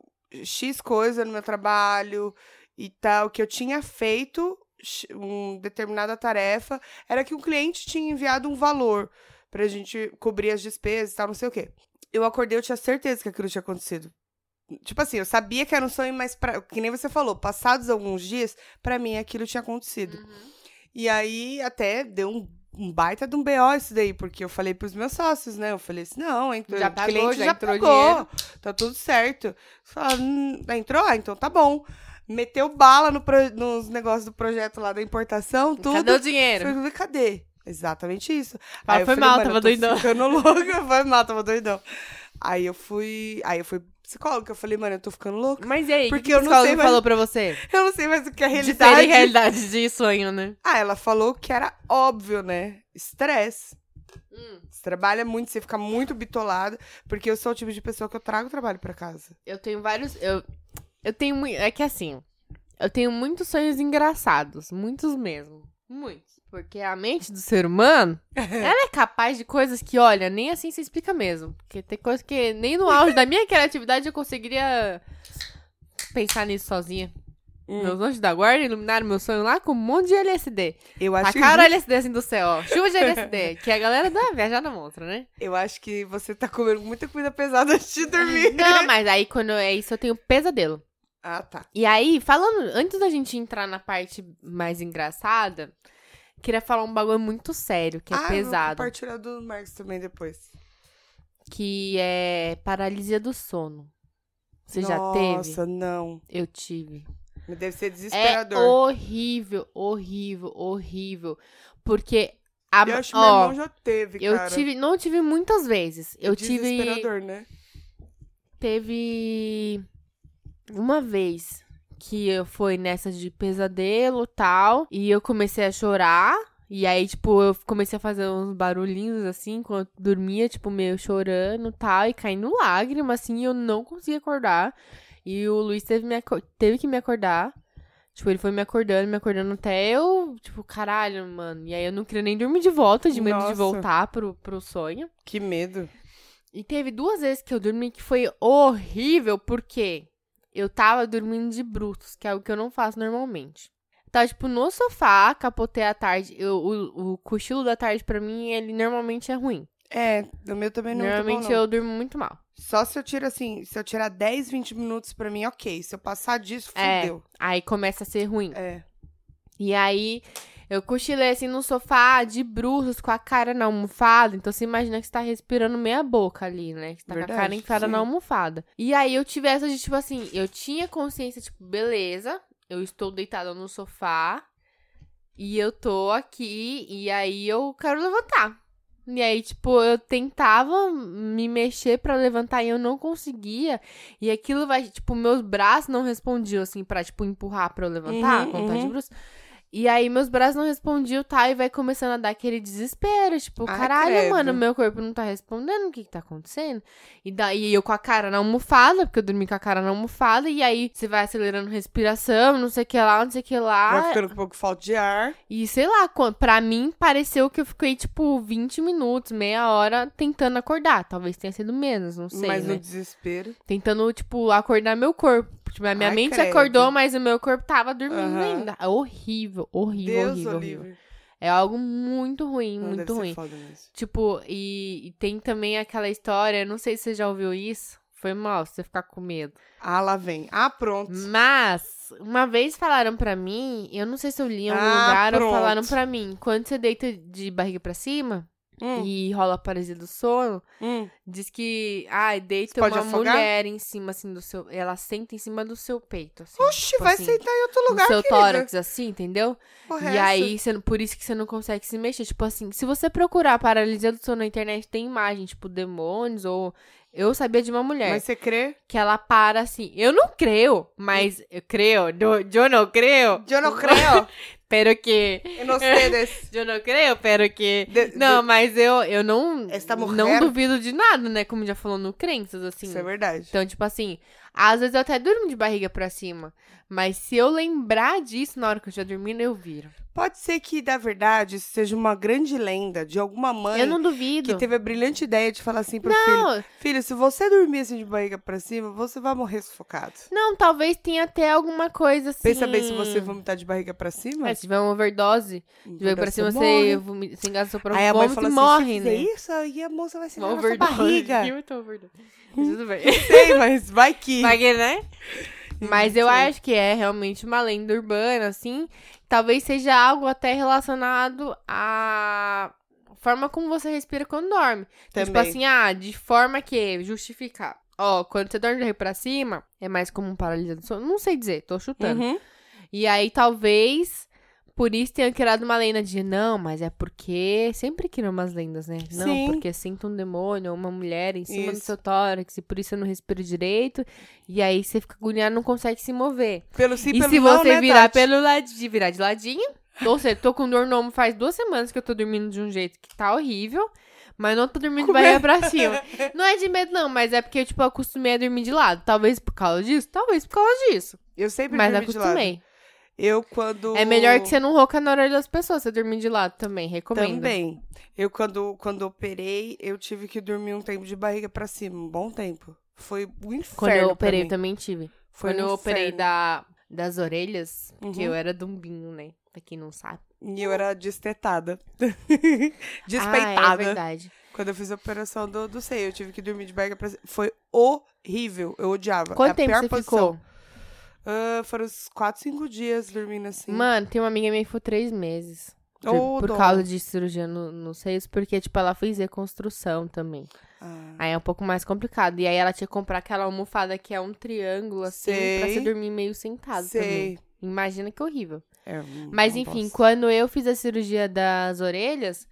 C: X coisa no meu trabalho e tal, que eu tinha feito X- um determinada tarefa, era que um cliente tinha enviado um valor pra gente cobrir as despesas e tal, não sei o quê. Eu acordei, eu tinha certeza que aquilo tinha acontecido. Tipo assim, eu sabia que era um sonho, mas pra, que nem você falou, passados alguns dias, pra mim aquilo tinha acontecido.
A: Uhum.
C: E aí até deu um, um baita de um BO isso daí, porque eu falei pros meus sócios, né? Eu falei assim, não, entrou,
A: Já
C: o
A: pagou,
C: cliente
A: já
C: já,
A: entrou
C: pagou,
A: dinheiro.
C: tá tudo certo. Falaram, "Hum, entrou? Ah, então tá bom. Meteu bala no pro- nos negócios do projeto lá da importação, tudo.
A: Cadê o dinheiro?
C: Eu falei, cadê? Exatamente isso.
A: Fala,
C: eu
A: Ah, foi
C: falei,
A: mal,
C: "Mano,
A: tava
C: eu tô
A: doidão."
C: Ficando louca, foi mal, tava doidão. Aí eu fui, aí eu fui psicóloga, eu falei, mano, eu tô ficando louca.
A: Mas e aí? Porque
C: Porque
A: que
C: eu
A: eu
C: não
A: não
C: sei, mas-
A: falou pra você?
C: Eu não sei mais o que é
A: De
C: realidade.
A: terem realidade de sonho, né?
C: Ah, ela falou que era óbvio, né? Estresse.
A: Hum.
C: Você trabalha muito, você fica muito bitolada, porque eu sou o tipo de pessoa que eu trago trabalho pra casa.
A: Eu tenho vários. Eu, eu tenho muito. É que assim. Eu tenho muitos sonhos engraçados. Muitos mesmo. Muitos. Porque a mente do ser humano, ela é capaz de coisas que, olha, nem assim se explica mesmo. Porque tem coisas que nem no auge da minha criatividade eu conseguiria pensar nisso sozinha. Meus anjos da guarda iluminaram meu sonho lá com um monte de LSD.
C: Eu acho,
A: Tacaram LSD assim do céu, ó. Chuva de LSD. que a galera dá uma viajada monstra, né?
C: que, eu acho que você tá comendo muita comida pesada antes de dormir.
A: Não, mas aí quando é isso eu tenho pesadelo.
C: Ah, tá.
A: E aí, falando, antes da gente entrar na parte mais engraçada, queria falar um bagulho muito sério, que é
C: ah, Eu vou
A: pesado,
C: compartilhar do Marcos também depois.
A: que é paralisia do sono. Você já teve?
C: Nossa, não.
A: Eu tive.
C: Mas Deve ser
A: É
C: desesperador.
A: horrível, horrível, horrível, porque a,
C: Eu acho que meu
A: ó,
C: irmão já teve,
A: eu
C: cara. É
A: tive, não tive muitas vezes. Eu tive
C: Desesperador, né?
A: teve uma vez que eu fui nessa de pesadelo tal e eu comecei a chorar e aí tipo eu comecei a fazer uns barulhinhos assim quando eu dormia tipo meio chorando tal e caindo lágrima assim e eu não conseguia acordar e o Luiz teve, me aco- teve que me acordar Tipo, ele foi me acordando, me acordando até eu, tipo, caralho, mano. E aí eu não queria nem dormir de volta, de medo
C: Nossa.
A: de voltar pro, pro sonho.
C: Que medo.
A: E teve duas vezes que eu dormi que foi horrível, porque eu tava dormindo de brutos, que é algo que eu não faço normalmente. Tava, tipo, no sofá, capotei a tarde. Eu- o, o cochilo da tarde, pra mim, ele normalmente é ruim.
C: É, o meu também não é muito bom,
A: normalmente
C: não.
A: eu durmo muito mal.
C: Só se eu tiro assim, se eu tirar 10, 20 minutos pra mim, ok. Se eu passar disso,
A: É.
C: fudeu.
A: Aí começa a ser ruim.
C: É.
A: E aí, eu cochilei assim no sofá, de bruços, com a cara na almofada. Então, você imagina que você tá respirando meia boca ali, né? Que você tá com a
C: Verdade,
A: cara enfiada
C: sim.
A: na almofada. E aí, eu tive essa de, tipo assim, eu tinha consciência, tipo, beleza, eu estou deitada no sofá e eu tô aqui e aí eu quero levantar. E aí, tipo, eu tentava me mexer pra levantar e eu não conseguia. E aquilo vai, tipo, meus braços não respondiam, assim, pra, tipo, empurrar pra eu levantar,
C: Uhum,
A: contar de
C: uhum.
A: bruxo. E aí, meus braços não respondiam, tá? E vai começando a dar aquele desespero, tipo,
C: Ai,
A: caralho,
C: credo.
A: mano, meu corpo não tá respondendo, o que que tá acontecendo? E daí, eu com a cara na almofada, porque eu dormi com a cara na almofada, e aí, você vai acelerando respiração, não sei o que lá, não sei o que lá.
C: Vai ficando com um pouco falta de ar.
A: E sei lá, quan- pra mim pareceu que eu fiquei tipo 20 minutos, meia hora tentando acordar. Talvez tenha sido menos, não sei.
C: mas
A: né?
C: no desespero.
A: Tentando, tipo, acordar meu corpo. Tipo, a minha
C: Ai,
A: mente
C: credo.
A: acordou, mas o meu corpo tava dormindo
C: Aham.
A: ainda. É horrível, horrível,
C: Deus,
A: horrível,
C: o
A: horrível.
C: livre.
A: É algo muito ruim,
C: Não, deve
A: muito
C: ser
A: ruim.
C: foda mesmo.
A: Tipo, e, e tem também aquela história, não sei se você já ouviu isso. Foi mal você ficar com medo.
C: Ah, lá vem. Ah, pronto.
A: Mas, uma vez falaram pra mim, eu não sei se eu li em algum
C: Ah,
A: lugar ou
C: pronto.
A: falaram pra mim, quando você deita de barriga pra cima
C: Hum,
A: e rola a paralisia do sono,
C: hum.
A: diz que, ai, deita
C: Você pode
A: uma
C: afogar?
A: mulher em cima, assim, do seu... Ela senta em cima do seu peito, assim.
C: Oxi,
A: tipo
C: vai
A: assim,
C: sentar em outro
A: No
C: lugar,
A: seu
C: querida.
A: tórax, assim, entendeu?
C: Porra, é
A: E
C: essa?
A: aí, você, não- por isso que você não consegue se mexer. Tipo assim, se você procurar paralisia do sono na internet, tem imagem, tipo, demônios ou... Eu sabia de uma mulher
C: Mas você crê?
A: que ela para assim. Eu não creio, mas eu creio. Eu, eu não creio.
C: Eu não creio.
A: Pero que.
C: Eu não sei desse.
A: Eu não creio, pero que.
C: De- de-
A: Não, mas eu, eu não.
C: Esta mulher-
A: Não duvido de nada, né? Como já falou no Crenças, assim.
C: Isso é verdade.
A: Então, tipo assim, às vezes eu até durmo de barriga pra cima. Mas se eu lembrar disso na hora que eu já dormindo, eu viro.
C: Pode ser que, na verdade, isso seja uma grande lenda de alguma mãe
A: eu não
C: que
A: duvido.
C: teve a brilhante ideia de falar assim pro filho:
A: Não,
C: Filho, se você dormir assim de barriga pra cima, você vai morrer sufocado.
A: não, talvez tenha até alguma coisa assim.
C: Pensa bem se você vomitar de barriga pra cima. então
A: É, se tiver uma overdose, de barriga pra cima, você, vomita, você engana seu próprio
C: Aí a mãe
A: vômito
C: fala
A: e
C: assim,
A: morre,
C: se
A: né?
C: fizer isso, aí a moça vai se
A: Uma
C: dar na sua
A: overdose.
C: barriga.
A: Eu tô overdose. Mas Tudo bem.
C: Sei, mas vai que...
A: Vai que, né? Mas eu acho que é realmente uma lenda urbana, assim. Talvez seja algo até relacionado à forma como você respira quando dorme. Então, Tipo
C: Também.
A: assim, ah, de forma que justificar. Ó, quando você dorme de barriga pra cima, é mais comum paralisia do sono. Não sei dizer, tô chutando.
C: Uhum.
A: E aí, talvez, por isso tenha criado uma lenda de não, mas é porque. Sempre criam umas lendas, né? Não,
C: Sim.
A: porque sinto um demônio ou uma mulher em cima do
C: Isso.
A: seu tórax e por isso eu não respiro direito. E aí você fica agoniado não consegue se mover.
C: Pelo sim,
A: E,
C: pelo
A: se
C: não,
A: você
C: né,
A: virar
C: Tati?
A: pelo ladinho, virar de ladinho. Ou seja, tô com dor no ombro faz duas semanas que eu tô dormindo de um jeito que tá horrível. Mas não tô dormindo de
C: Como
A: barriga
C: é?
A: pra cima. Não é de medo, não, mas é porque eu, tipo, acostumei a dormir de lado. Talvez por causa disso? Talvez por causa disso.
C: Eu sempre
A: mas
C: dormi de lado.
A: acostumei.
C: Eu quando...
A: É melhor que você não roca na hora das pessoas, você dormir de lado também, recomendo.
C: Também. Eu, quando, quando operei, eu tive que dormir um tempo de barriga pra cima, um bom tempo. Foi um inferno.
A: Quando eu operei,
C: pra mim.
A: também tive.
C: Foi
A: Quando
C: um
A: eu operei
C: inferno.
A: da, das orelhas, porque
C: Uhum.
A: eu era dumbinho, né? Pra quem não sabe.
C: E eu era destetada.
A: Ah, é
C: Despeitada.
A: verdade.
C: quando eu fiz a operação do, do seio, eu tive que dormir de barriga pra cima. Foi horrível. Eu odiava.
A: Quanto
C: É a
A: tempo
C: pior
A: você
C: posição.
A: ficou?
C: Ah, foram uns 4, 5 dias dormindo assim.
A: Mano, tem uma amiga minha que ficou três meses. Por,
C: Ô,
A: por
C: dó.
A: causa de cirurgia no, no seios, porque, tipo, ela fez reconstrução também.
C: Ah,
A: Aí é um pouco mais complicado. E aí ela tinha que comprar aquela almofada que é um triângulo, assim, pra
C: Sei.
A: você dormir meio sentado também.
C: sei.
A: Imagina que horrível.
C: É, um-
A: Mas
C: uma
A: enfim,
C: bosta.
A: quando eu fiz a cirurgia das orelhas,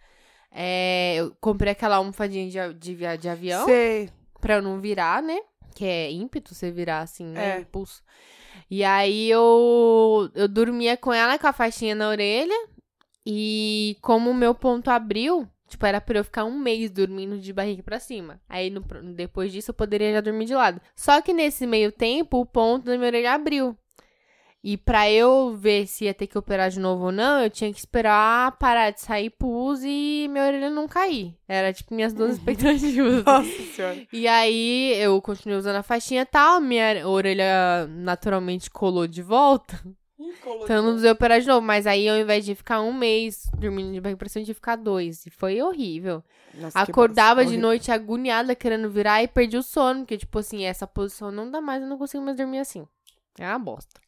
A: é, eu comprei aquela almofadinha de, a- de, via- de avião
C: Sei.
A: pra eu não virar, né? Que é ímpeto você virar assim, né?
C: É.
A: Impulso. E aí eu, eu dormia com ela com a faixinha na orelha. E como o meu ponto abriu, tipo, era pra eu ficar um mês dormindo de barriga pra cima. Aí no pro- depois disso eu poderia já dormir de lado. Só que nesse meio tempo, o ponto da minha orelha abriu. E pra eu ver se ia ter que operar de novo ou não, eu tinha que esperar parar de sair pus e minha orelha não cair. Era tipo minhas duas expectativas.
C: Nossa senhora.
A: E aí eu continuei usando a faixinha e tal, minha orelha naturalmente colou de volta. Então
C: é.
A: eu não precisei operar de novo, mas aí ao invés de ficar um mês dormindo de barriga pra cima, eu tive que ficar dois. E foi horrível.
C: Nossa, que
A: Acordava
C: bosta.
A: de noite agoniada querendo virar e perdi o sono, porque tipo assim, essa posição não dá mais, eu não consigo mais dormir assim. É uma bosta.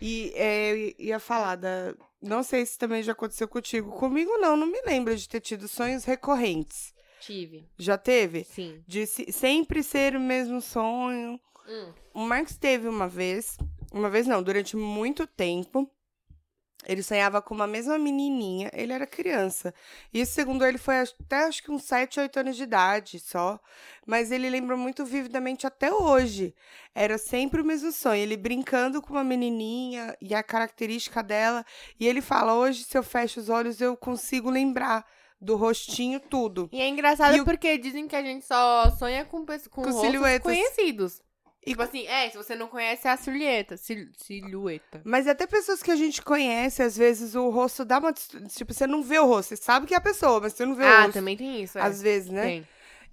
C: E é, eu ia falar da. Não sei se também já aconteceu contigo. Comigo não, não me lembro de ter tido sonhos recorrentes.
A: Tive,
C: Já teve?
A: sim.
C: De se- sempre ser o mesmo sonho.
A: Hum.
C: O Marcos teve uma vez. Uma vez não, durante muito tempo. Ele sonhava com uma mesma menininha, ele era criança. Isso, segundo ele, foi até acho que uns 7, 8 anos de idade só. Mas ele lembra muito vividamente até hoje. Era sempre o mesmo sonho, ele brincando com uma menininha e a característica dela. E ele fala: hoje, se eu fecho os olhos, eu consigo lembrar do rostinho tudo.
A: E é engraçado
C: E o-
A: porque dizem que a gente só sonha com, pes- com,
C: Com
A: rostos
C: silhuetas.
A: conhecidos.
C: E
A: Tipo assim, é, se você não conhece é a silhueta. sil- silhueta.
C: Mas até pessoas que a gente conhece, às vezes o rosto dá uma. dist- Tipo, você não vê o rosto, você sabe que é a pessoa, mas você não vê o
A: Ah,
C: rosto.
A: também tem isso, é.
C: Às vezes, né?
A: Tem.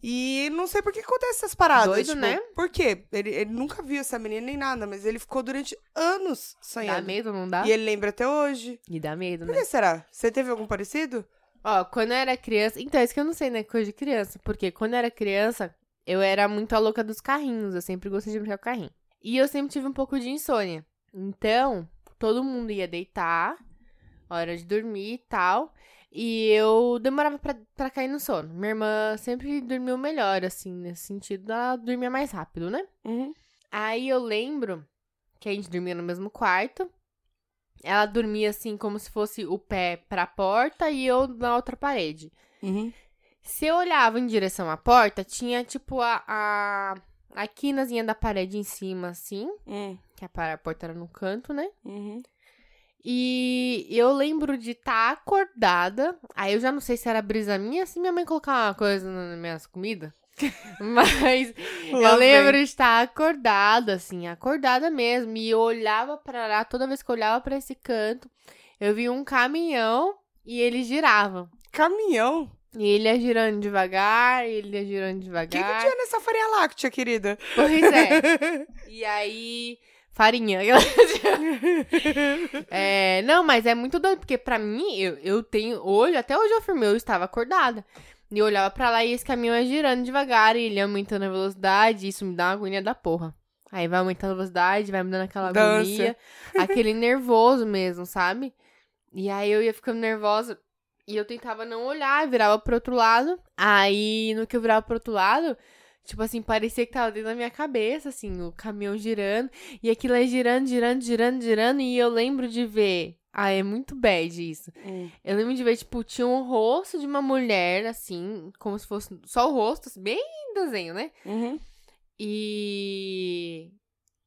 C: E não sei por que acontece essas paradas.
A: Doido,
C: tipo,
A: né?
C: Por quê? Ele, ele nunca viu essa menina nem nada, mas ele ficou durante anos
A: Dá
C: sonhando.
A: medo, tá? não dá?
C: E ele lembra até hoje.
A: E dá medo,
C: Por
A: né?
C: que será? Você teve algum parecido?
A: Ó, quando eu era criança. Então, isso que eu não sei, né? Coisa de criança. Porque quando eu era criança, eu era muito a louca dos carrinhos. Eu sempre gostei de brincar com carrinho. E eu sempre tive um pouco de insônia. Então, todo mundo ia deitar, hora de dormir e tal. E eu demorava pra, pra cair no sono. Minha irmã sempre dormiu melhor, assim, nesse sentido, ela dormia mais rápido, né?
C: Uhum.
A: Aí eu lembro que a gente dormia no mesmo quarto. Ela dormia assim, como se fosse o pé pra porta e eu na outra parede.
C: Uhum.
A: Se eu olhava em direção à porta, tinha tipo a, a, a quinazinha da parede em cima, assim.
C: Uhum.
A: Que a par- a porta era no canto, né?
C: Uhum.
A: E eu lembro de estar acordada. Aí eu já não sei se era brisa minha, se minha mãe colocar uma coisa nas minhas comidas. Mas eu lembro de estar acordada, assim, acordada mesmo. E eu olhava pra lá, toda vez que eu olhava pra esse canto, eu vi um caminhão e ele girava.
C: Caminhão?
A: E ele ia girando devagar, e ele ia girando
C: O que, que
A: devagar.
C: tinha nessa farinha láctea, querida?
A: Pois é. E aí. Farinha. É, não, mas é muito doido, porque pra mim, eu, eu tenho. Hoje, até hoje eu afirmei, eu estava acordada. E eu olhava pra lá e esse caminhão ia girando devagar, e ele ia aumentando a velocidade, e isso me dá uma agonia da porra. Aí vai aumentando a velocidade, vai me dando aquela
C: Dá
A: agonia, aquele nervoso mesmo, sabe? E aí eu ia ficando nervosa. E eu tentava não olhar, virava pro outro lado. Aí, no que eu virava pro outro lado, tipo assim, parecia que tava dentro da minha cabeça, assim, o caminhão girando. E aquilo aí girando, girando, girando, girando. E eu lembro de ver. Ah, é muito bad isso.
C: Hum.
A: Eu lembro de ver, tipo, tinha um rosto de uma mulher, assim, como se fosse só o rosto, assim, bem desenho, né?
C: Uhum.
A: E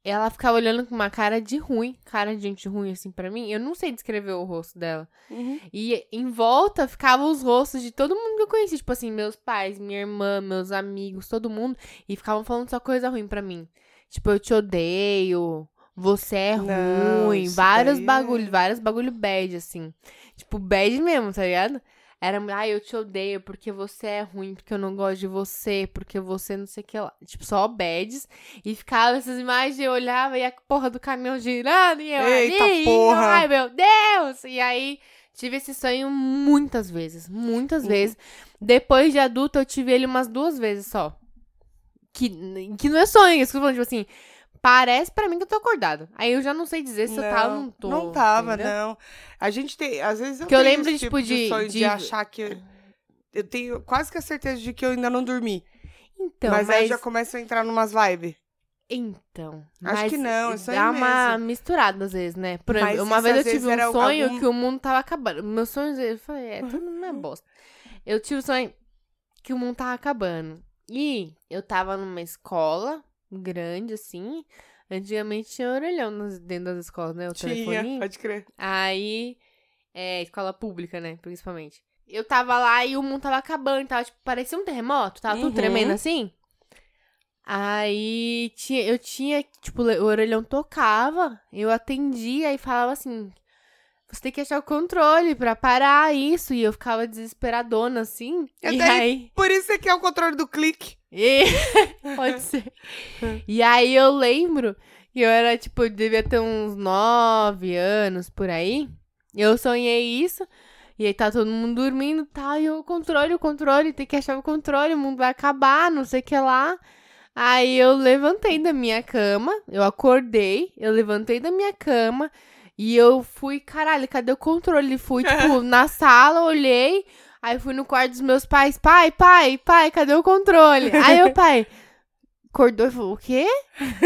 A: ela ficava olhando com uma cara de ruim, cara de gente ruim, assim, pra mim. Eu não sei descrever o rosto dela.
C: Uhum.
A: E em volta ficavam os rostos de todo mundo que eu conheci. Tipo assim, meus pais, minha irmã, meus amigos, todo mundo. E ficavam falando só coisa ruim pra mim. Tipo, eu te odeio. Você é
C: Não,
A: ruim.
C: isso
A: Vários
C: daí é-
A: bagulho, vários bagulho bad, assim. Tipo, bad mesmo, tá ligado? Era, ai, eu te odeio porque você é ruim, porque eu não gosto de você, porque você não sei o que lá. Tipo, só bads. E ficava essas imagens, eu olhava e a porra do caminhão girando e eu
C: Eita
A: ali. e eu,
C: porra.
A: ai, meu Deus! E aí, tive esse sonho muitas vezes, muitas
C: Uhum.
A: vezes. Depois de adulta, eu tive ele umas duas vezes só. Que, que não é sonho, isso que eu tô falando, tipo assim, parece pra mim que eu tô acordada. Aí eu já não sei dizer se eu tava ou não tô.
C: não tava,
A: tá
C: né?
A: entendeu?
C: não. A gente tem. Às vezes eu
A: Que eu
C: tenho
A: lembro,
C: esse
A: tipo, de-
C: sonho de,
A: de-
C: achar que. eu- Eu tenho quase que a certeza de que eu ainda não dormi.
A: Então,
C: mas,
A: mas...
C: aí eu já começo a entrar numas vibes.
A: Então.
C: Acho
A: mas
C: que não, é sonho
A: Dá uma misturada às vezes, né? Por
C: Mas
A: exemplo, uma
C: isso
A: vez eu
C: às vezes
A: tive
C: era
A: um sonho
C: algum-
A: que o mundo tava acabando. Meus sonhos, eu falei, é, tudo uma bosta. Eu tive um sonho que o mundo tava acabando. E eu tava numa escola grande, assim. Antigamente tinha orelhão nas- dentro das escolas, né? O
C: Tinha,
A: telefoninho.
C: pode crer.
A: Aí, é, escola pública, né, principalmente. Eu tava lá e o mundo tava acabando, tava, tipo, parecia um terremoto, tava
C: Uhum.
A: tudo tremendo assim. Aí tinha, eu tinha, tipo, le- o orelhão tocava, eu atendia e falava assim, você tem que achar o controle pra parar isso. E eu ficava desesperadona, assim.
C: Eu
A: e
C: daí-
A: aí...
C: Por isso é que é o controle do clique.
A: E... Pode ser. E aí eu lembro que eu era, tipo, eu devia ter uns nove anos por aí. Eu sonhei isso. E aí tá todo mundo dormindo e tal. E eu, o controle, o controle, tem que achar o controle, o mundo vai acabar, não sei o que lá. Aí eu levantei da minha cama, eu acordei, eu levantei da minha cama e eu fui, caralho, cadê o controle? Fui, tipo, na sala, olhei, aí fui no quarto dos meus pais, pai, pai, pai, cadê o controle? Aí o pai, acordou e falou, o quê?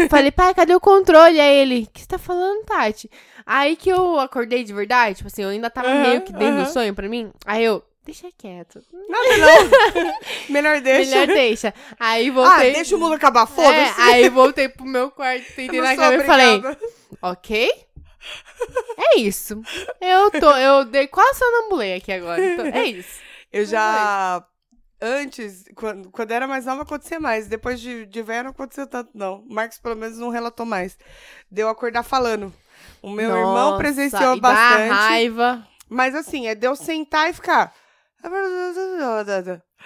A: Falei, pai, cadê o controle? Aí ele, o que você tá falando, Tati? Aí que eu acordei de verdade, tipo assim, eu ainda tava
C: Aham,
A: meio que dentro
C: aham.
A: do sonho pra mim. Aí eu, deixa quieto.
C: Nada não. Melhor deixa.
A: Melhor deixa. Aí voltei.
C: ah, deixa o mundo acabar,
A: É,
C: foda-se.
A: aí voltei pro meu quarto,
C: Eu
A: sentei
C: não
A: na
C: sou
A: cama e falei,
C: obrigada.
A: ok? É isso. Eu tô, eu dei quase sonambulei aqui agora. Então, é isso.
C: Eu já. Antes, quando, quando era mais nova, acontecia mais. Depois de, de velha, não aconteceu tanto, não. O Marcos, pelo menos, não relatou mais. Deu acordar falando. O meu irmão
A: Nossa,
C: presenciou
A: e dá
C: bastante.
A: raiva.
C: Mas assim, é de eu sentar e ficar.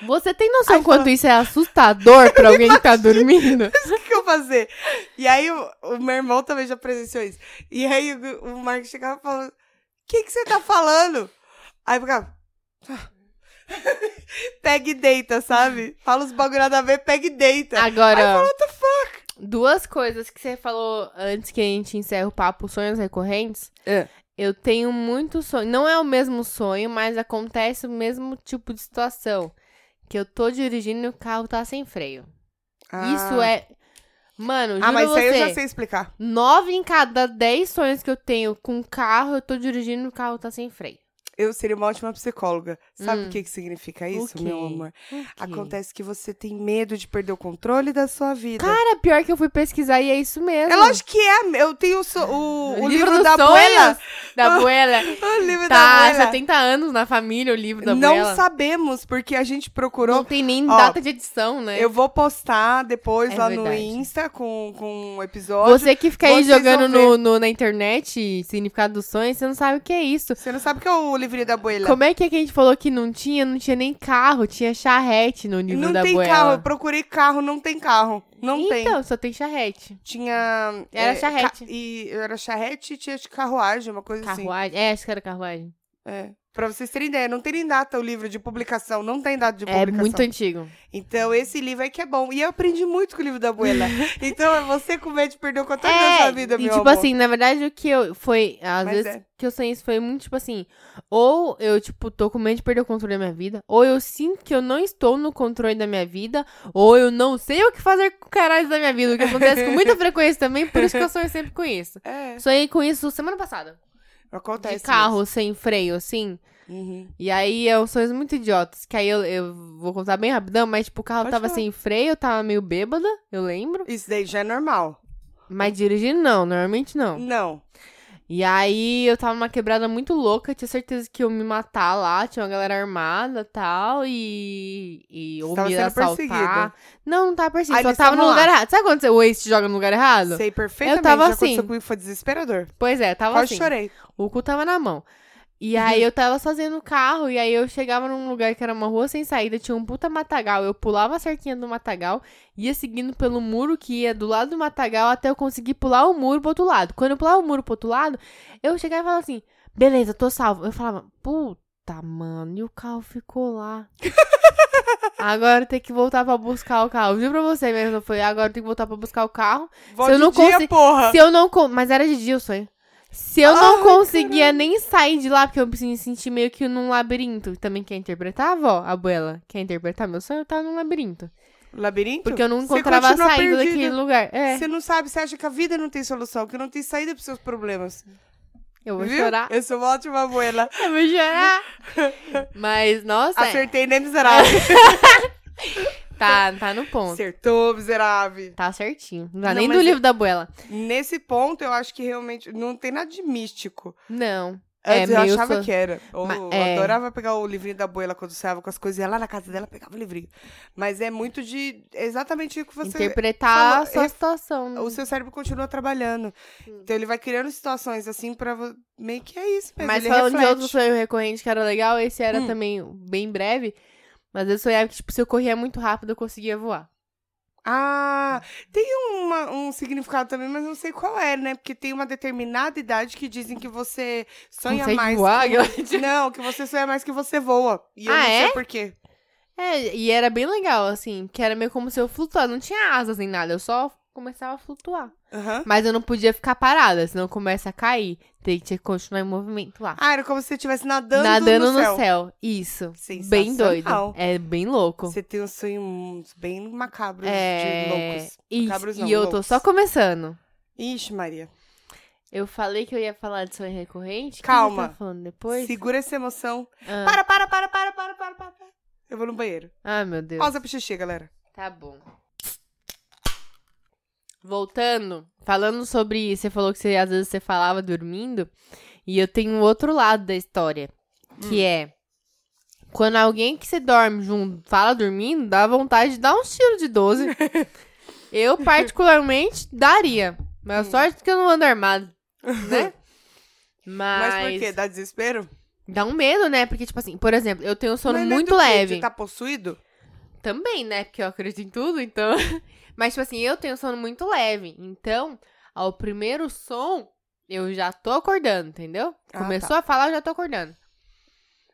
A: Você tem noção
C: Ai,
A: quanto
C: fala-
A: isso é assustador pra alguém que tá dormindo?
C: o que, que eu fazer? E aí o, o meu irmão também já presenciou isso. E aí o, o Marcos chegava e falava, o que, que você tá falando? Aí eu ficava. "Ah." pega e deita, sabe? Fala os bagulho nada a ver, pega e deita.
A: Agora,
C: Aí eu falo, what the fuck?
A: duas coisas que você falou antes que a gente encerra o papo, sonhos recorrentes.
C: É.
A: Eu tenho muito sonho. Não é o mesmo sonho, mas acontece o mesmo tipo de situação. Que eu tô dirigindo e o carro tá sem freio. Isso é. Mano, juro
C: Ah, mas isso
A: você,
C: aí eu já sei explicar.
A: nove em cada dez sonhos que eu tenho com carro, eu tô dirigindo e o carro tá sem freio.
C: Eu seria uma ótima psicóloga. Sabe
A: Hum.
C: o que, que significa isso,
A: quê?
C: meu amor?
A: Ok.
C: Acontece que você tem medo de perder o controle da sua vida.
A: Cara, É pior que eu fui pesquisar e é isso mesmo.
C: é lógico que é. Eu tenho o, so- o- o livro,
A: dos
C: da
A: sonhos
C: Buela.
A: Da Abuela.
C: O livro
A: Tá,
C: da Buela.
A: 70 anos na família, o livro da
C: Não
A: Abuela.
C: sabemos, porque a gente procurou.
A: Não tem nem
C: Ó,
A: data de edição, né?
C: Eu vou postar depois
A: É
C: lá no
A: verdade.
C: Insta com, com um episódio.
A: Você que fica aí
C: vocês
A: jogando
C: vão
A: no, no- na internet significado dos sonhos, você não sabe o que é isso.
C: Você não sabe o que é o livrinho da Abuela?
A: Como é que, é que a gente falou que não tinha? Não tinha nem carro, tinha charrete no é livro
C: Não
A: da
C: tem
A: Abuela.
C: carro. Eu procurei carro, não tem carro. Não tem.
A: Então, só tem charrete.
C: Tinha.
A: Era
C: é,
A: charrete.
C: ca- E era charrete e tinha de carruagem, uma coisa assim.
A: Carruagem. É, acho que era carruagem.
C: É. Pra vocês terem ideia, não tem nem data o livro de publicação, não tem data de
A: É
C: publicação.
A: muito antigo.
C: Então, esse livro aí que é bom. E eu aprendi muito com o livro da abuela. então, é você com medo de perder o controle da sua vida,
A: e
C: meu
A: tipo
C: amor.
A: assim, na verdade o que eu foi, às
C: Mas
A: vezes
C: é.
A: que eu sonhei isso foi muito tipo assim, ou eu tipo tô com medo de perder o controle da minha vida, ou eu sinto que eu não estou no controle da minha vida, ou eu não sei o que fazer com o caralho da minha vida, o que acontece com muita frequência também, por isso que eu sonho sempre com isso.
C: É,
A: Sonhei com isso semana passada,
C: acontece.
A: de carro sem freio assim.
C: mesmo. Uhum.
A: E aí é uns sonhos muito idiotas, que aí eu, eu vou contar bem rapidão, mas tipo o carro
C: Pode
A: tava
C: falar.
A: sem freio, eu tava meio bêbada, eu lembro,
C: Isso daí já é normal.
A: mas dirigindo não, normalmente não.
C: Não.
A: E aí eu tava numa quebrada muito louca, tinha certeza que iam me matar lá, tinha uma galera armada e tal, e. e ou
C: Você tava
A: me
C: sendo
A: assaltar.
C: perseguida.
A: Não, não tava perseguido,
C: Ah,
A: só
C: eles
A: tava no
C: estavam lá.
A: lugar errado. Sabe quando você- o Ace te joga no lugar errado?
C: Sei perfeitamente.
A: Eu tava
C: já aconteceu
A: assim.
C: comigo, foi desesperador.
A: Pois é, tava
C: Quase
A: assim.
C: chorei.
A: O cu tava na mão. E aí eu tava sozinha no carro, e aí eu chegava num lugar que era uma rua sem saída, tinha um puta matagal, eu pulava a cerquinha do matagal, ia seguindo pelo muro que ia do lado do matagal até eu conseguir pular o muro pro outro lado. Quando eu pulava o muro pro outro lado, eu chegava e falava assim, beleza, tô salvo. Eu falava, puta, mano, e o carro ficou lá. Agora tem que voltar pra buscar o carro. Juro pra você mesmo, foi agora tem que voltar pra buscar o carro.
C: Vou
A: Se eu
C: de
A: não
C: dia,
A: consigo-
C: porra.
A: Se eu não. con- Mas era de dia o sonho. Se eu não
C: Ai,
A: conseguia nem sair de lá, porque eu me senti meio que num labirinto. Também quer interpretar, avó? A abuela? Quer interpretar meu sonho? Eu tava num labirinto.
C: Labirinto?
A: Porque eu não
C: Então, Você
A: encontrava a
C: continua
A: saída
C: perdida.
A: daquele lugar. É,
C: Você não sabe, você acha que a vida não tem solução, que não tem saída pros seus problemas.
A: eu vou
C: Viu?
A: chorar.
C: Eu sou uma ótima abuela.
A: Eu vou chorar. Mas, nossa, é,
C: Acertei, nem miserável.
A: tá, tá no ponto.
C: Acertou, miserável.
A: Tá certinho. Não tá
C: Não,
A: nem do
C: mas
A: livro da abuela.
C: Nesse ponto, eu acho que realmente não tem nada de místico.
A: Não. É,
C: Antes eu
A: meio
C: achava
A: so-
C: que era. Eu,
A: Ma-
C: eu
A: é.
C: adorava pegar o livrinho da abuela quando saía com as coisas. Ia lá na casa dela, pegava o livrinho. Mas é muito de... é exatamente o que você...
A: interpretar a
C: falou-
A: sua
C: ref-
A: situação. né?
C: O seu cérebro continua trabalhando. Então ele vai criando situações assim pra... vo- Meio que é isso mesmo.
A: Mas
C: ele
A: falando de
C: reflete.
A: outro sonho recorrente que era legal, esse era
C: Hum.
A: também bem breve. Mas eu sonhava que, tipo, se eu corria muito rápido, eu conseguia voar.
C: Ah, tem uma- um significado também, mas não sei qual é, né? Porque tem uma determinada idade que dizem que você sonha
A: Consegue
C: mais.
A: voar,
C: que-
A: Galante?
C: Não, que você sonha mais que você voa. E eu
A: Ah,
C: não sei
A: é?
C: por quê.
A: É, e era bem legal, assim, que era meio como se eu flutuasse, não tinha asas nem nada, eu só começava a flutuar.
C: Aham.
A: Mas eu não podia ficar parada, senão começa a cair. Tem que continuar em movimento lá.
C: Ah, era como se você estivesse nadando,
A: Nadando
C: no céu.
A: Isso.
C: Sensacional.
A: Bem doido. É bem louco.
C: Você tem um sonho hum, bem macabro de
A: é...
C: loucos.
A: Isso.
C: Macabros não,
A: e eu tô
C: loucos.
A: só começando.
C: Ixi, Maria.
A: Eu falei que eu ia falar de sonho recorrente. O que
C: Calma.
A: você Tá falando depois?
C: Segura essa emoção.
A: Ah.
C: Para, para, para, para, para, para, para. para. Eu vou no banheiro.
A: Ah, meu Deus.
C: Pausa pro xixi, galera.
A: Tá bom. Voltando, falando sobre. Você falou que você, às vezes você falava dormindo. E eu tenho um outro lado da história. Que
C: Hum.
A: é. Quando alguém que você dorme junto fala dormindo, dá vontade de dar um tiro de 12. eu, particularmente, daria.
C: Hum.
A: Mas a sorte é que eu não ando armado, né? Mas.
C: Mas por quê? Dá desespero?
A: Dá um medo, né? Porque, tipo assim, por exemplo, eu tenho um sono
C: Mas medo
A: muito
C: do quê?
A: leve.
C: De tá possuído?
A: Também, né? Porque eu acredito em tudo, então. Mas, tipo assim, eu tenho sono muito leve. Então, ao primeiro som, eu já tô acordando, entendeu?
C: Ah,
A: Começou a falar, eu já tô acordando.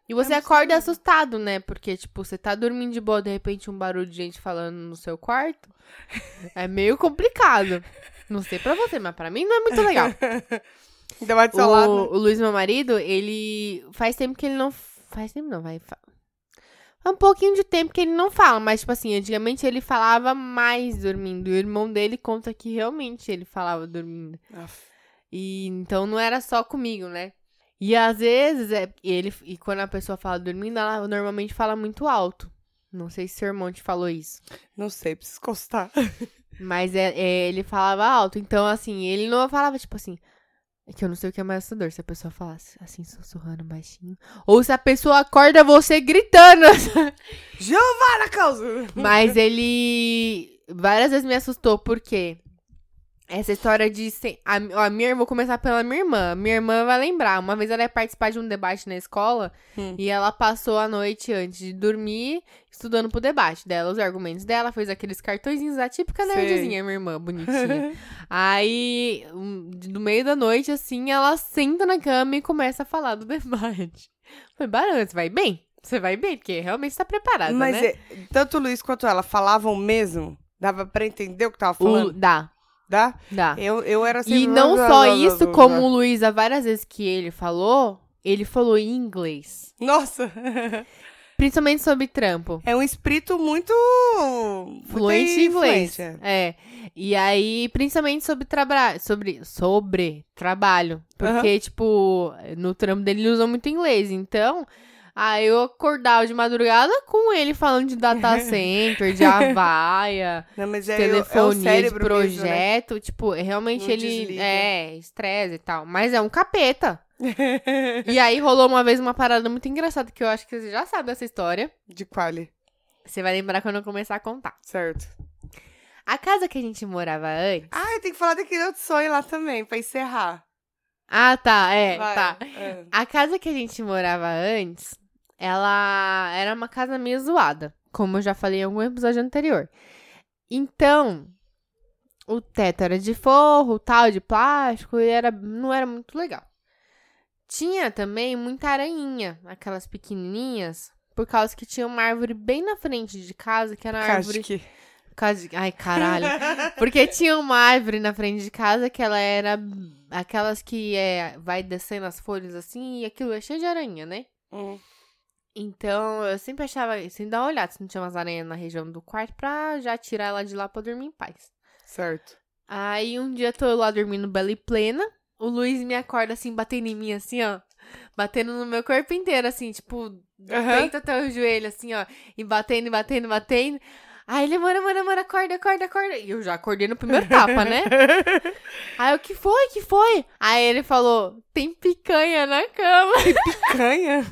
A: E você
C: não
A: acorda
C: sabia.
A: assustado, né? Porque, tipo, você tá dormindo de boa, de repente um barulho de gente falando no seu quarto. É meio complicado. Não sei pra você, mas pra mim não é muito legal.
C: Ainda mais do seu lado. né?
A: O, o Luiz, meu marido, ele. Faz tempo que ele não. Faz tempo não, vai. fa- Faz um pouquinho de tempo que ele não fala, mas, tipo assim, antigamente ele falava mais dormindo. E o irmão dele conta que realmente ele falava dormindo.
C: Aff.
A: E então não era só comigo, né? E às vezes, é, ele, e quando a pessoa fala dormindo, ela normalmente fala muito alto. Não sei se seu irmão te falou isso.
C: Não sei, preciso encostar.
A: Mas é, é, ele falava alto. Então, assim, ele não falava, tipo assim. É que eu não sei o que é mais assustador. Se a pessoa falasse assim, sussurrando baixinho. Ou se a pessoa acorda você gritando.
C: Giovana Causa!
A: Mas ele. Várias vezes me assustou, porque essa história de. se- A, ó, a minha, vou começar pela minha irmã. Minha irmã vai lembrar. Uma vez ela ia participar de um debate na escola
C: Hum.
A: e ela passou a noite antes de dormir estudando pro debate dela, os argumentos dela, fez aqueles cartõezinhos, a típica
C: Sei.
A: nerdzinha, minha irmã, bonitinha. Aí, um, de- no meio da noite, assim, ela senta na cama e começa a falar do debate. Foi barulho, você vai bem? Você vai bem, porque realmente tá preparada,
C: Mas
A: né?
C: é, tanto o Luiz quanto ela falavam mesmo? Dava pra entender o que tava
A: O,
C: falando?
A: dá,
C: Dá?
A: dá.
C: Eu, eu era assim...
A: E não só isso, como o Luísa, várias vezes que ele falou, ele falou em inglês.
C: Nossa!
A: Principalmente sobre trampo.
C: É um espírito muito... muito
A: Fluente em inglês.
C: influente, é.
A: É. E aí, principalmente sobre trabalho. Sobre. Sobre trabalho. Porque, tipo, no trampo dele ele usa muito inglês. Então, aí eu acordava de madrugada com ele falando de data center, de Havaia,
C: Não, mas é, eu- é o
A: telefonia de
C: cérebro mesmo, né?
A: projeto. Tipo, realmente
C: Não
A: ele.
C: desliga.
A: É, estresse e tal. Mas é um capeta. E aí rolou uma vez uma parada muito engraçada que eu acho que você já sabe dessa história.
C: De quali,
A: Você vai lembrar quando eu começar a contar.
C: certo.
A: A casa que a gente morava antes.
C: Ah, eu tenho que falar daquele outro sonho lá também, pra encerrar.
A: Ah, tá, é,
C: Vai,
A: tá.
C: é.
A: A casa que a gente morava antes, ela era uma casa meio zoada, como eu já falei em algum episódio anterior. Então, o teto era de forro, tal, de plástico, e era, não era muito legal. Tinha também muita aranhinha, aquelas pequenininhas, por causa que tinha uma árvore bem na frente de casa, que era uma árvore...
C: Kashki.
A: Casa de- Ai, caralho. Porque tinha uma árvore na frente de casa que ela era aquelas que é, vai descendo as folhas assim e aquilo é cheio de aranha, né?
C: Hum,
A: Então eu sempre achava, sem dar uma olhada, se não tinha umas aranhas na região do quarto pra já tirar ela de lá pra eu dormir em paz.
C: certo.
A: Aí um dia tô eu lá dormindo bela e plena, o Luiz me acorda assim, batendo em mim assim, ó. Batendo no meu corpo inteiro, assim, tipo, do
C: Aham.
A: peito até o joelho, assim, ó. E batendo, e batendo, e batendo. Aí ele, mano, mano, mano, acorda, acorda, acorda. E eu já acordei no primeiro tapa, né? Aí o que foi, que foi? Aí ele falou, tem picanha na cama.
C: Canha?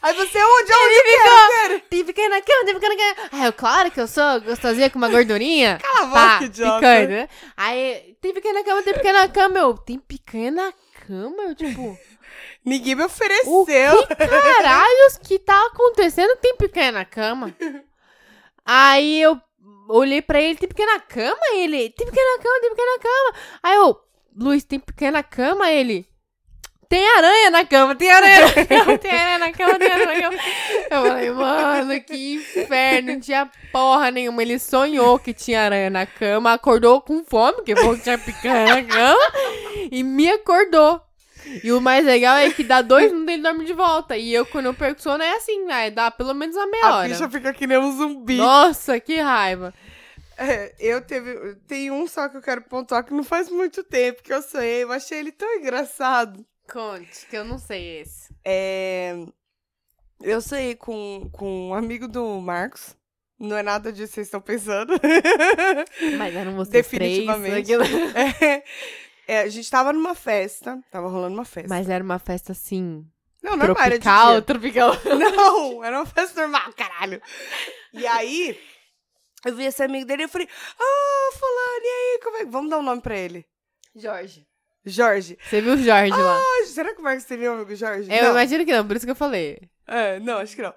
C: Aí você onde? é Onde?
A: Tem picanha na cama, tem picanha na cama. Aí eu, claro que eu sou gostosinha com uma gordurinha.
C: Cala a boca,
A: Pá,
C: idiota.
A: tá, picanha, né? Aí, tem picanha na cama, tem picanha na cama. Eu, tem picanha na cama? Eu, tipo...
C: Ninguém me
A: O
C: ofereceu.
A: que caralhos que tá acontecendo? Tem picanha na cama? Aí eu olhei pra ele, tem picanha na cama? Ele, tem picanha na cama, tem picanha na cama. Aí eu, Luiz, tem picanha na cama? Ele, Tem aranha na cama, tem aranha na cama, tem aranha na cama, tem aranha na cama. Eu falei, mano, que inferno, não tinha porra nenhuma. Ele sonhou que tinha aranha na cama, acordou com fome, porque falou que tinha picanha na cama, e me acordou. E o mais legal é que dá dois minutos ele dorme de volta. E eu, quando eu perco sono, é assim, né? Dá pelo menos uma meia
C: A
A: hora.
C: bicha fica que nem um zumbi.
A: Nossa, que raiva.
C: É, eu teve. Tem um só que eu quero pontuar que não faz muito tempo que eu sonhei. Eu achei ele tão engraçado.
A: Conte, que eu não sei esse.
C: É, eu sonhei com, com um amigo do Marcos. Não é nada disso que vocês estão pensando.
A: Mas eram vocês três.
C: Definitivamente.
A: aquilo-
C: É, é, a gente tava numa festa. Tava rolando uma festa.
A: Mas era uma festa assim.
C: não, normal, era de
A: tropical,
C: dia.
A: tropical.
C: Não, era uma festa normal, caralho. E aí, eu vi esse amigo dele e eu falei, ah, fulano, e aí, como é que... Vamos dar um nome pra ele.
A: Jorge.
C: Jorge.
A: Você viu o Jorge lá?
C: Ah, será que o Marcos teria um amigo Jorge?
A: Eu
C: não.
A: imagino que não, por isso que eu falei.
C: É, não, acho que não.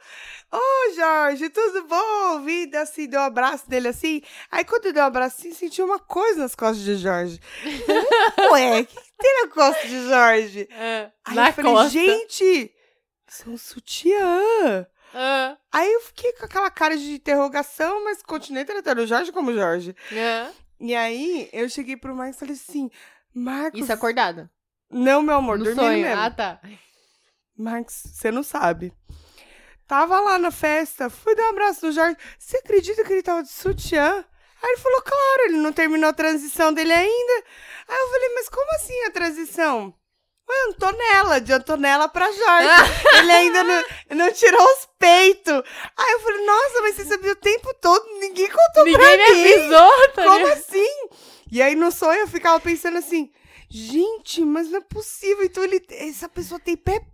C: Ô, Jorge, tudo bom? Vida, assim, deu um abraço dele assim. Aí quando eu dei um abraço assim, senti uma coisa nas costas de Jorge. Ué, o que que tem na costa de Jorge? É. Aí
A: Na
C: eu falei,
A: costa.
C: gente, isso é um sutiã.
A: Ah,
C: Aí eu fiquei com aquela cara de interrogação, mas continuei tratando o Jorge como Jorge.
A: ah.
C: E aí eu cheguei pro Marcos e falei assim: Marcos.
A: Isso acordado.
C: Não, meu amor,
A: No
C: é dormindo
A: sonho.
C: mesmo.
A: Ah, tá.
C: Marcos, você não sabe. Tava lá na festa, fui dar um abraço no Jorge. Você acredita que ele tava de sutiã? Aí ele falou, claro, ele não terminou a transição dele ainda. Aí eu falei, mas como assim a transição? Ué, Antonella, de Antonella pra Jorge. ele ainda não, não tirou os peitos. Aí eu falei, nossa, mas você sabia o tempo todo, ninguém contou pra
A: Ninguém me
C: mim.
A: avisou, tá
C: Como
A: ligado?
C: assim? E aí no sonho eu ficava pensando assim, gente, mas não é possível. Então ele, essa pessoa tem pepeca.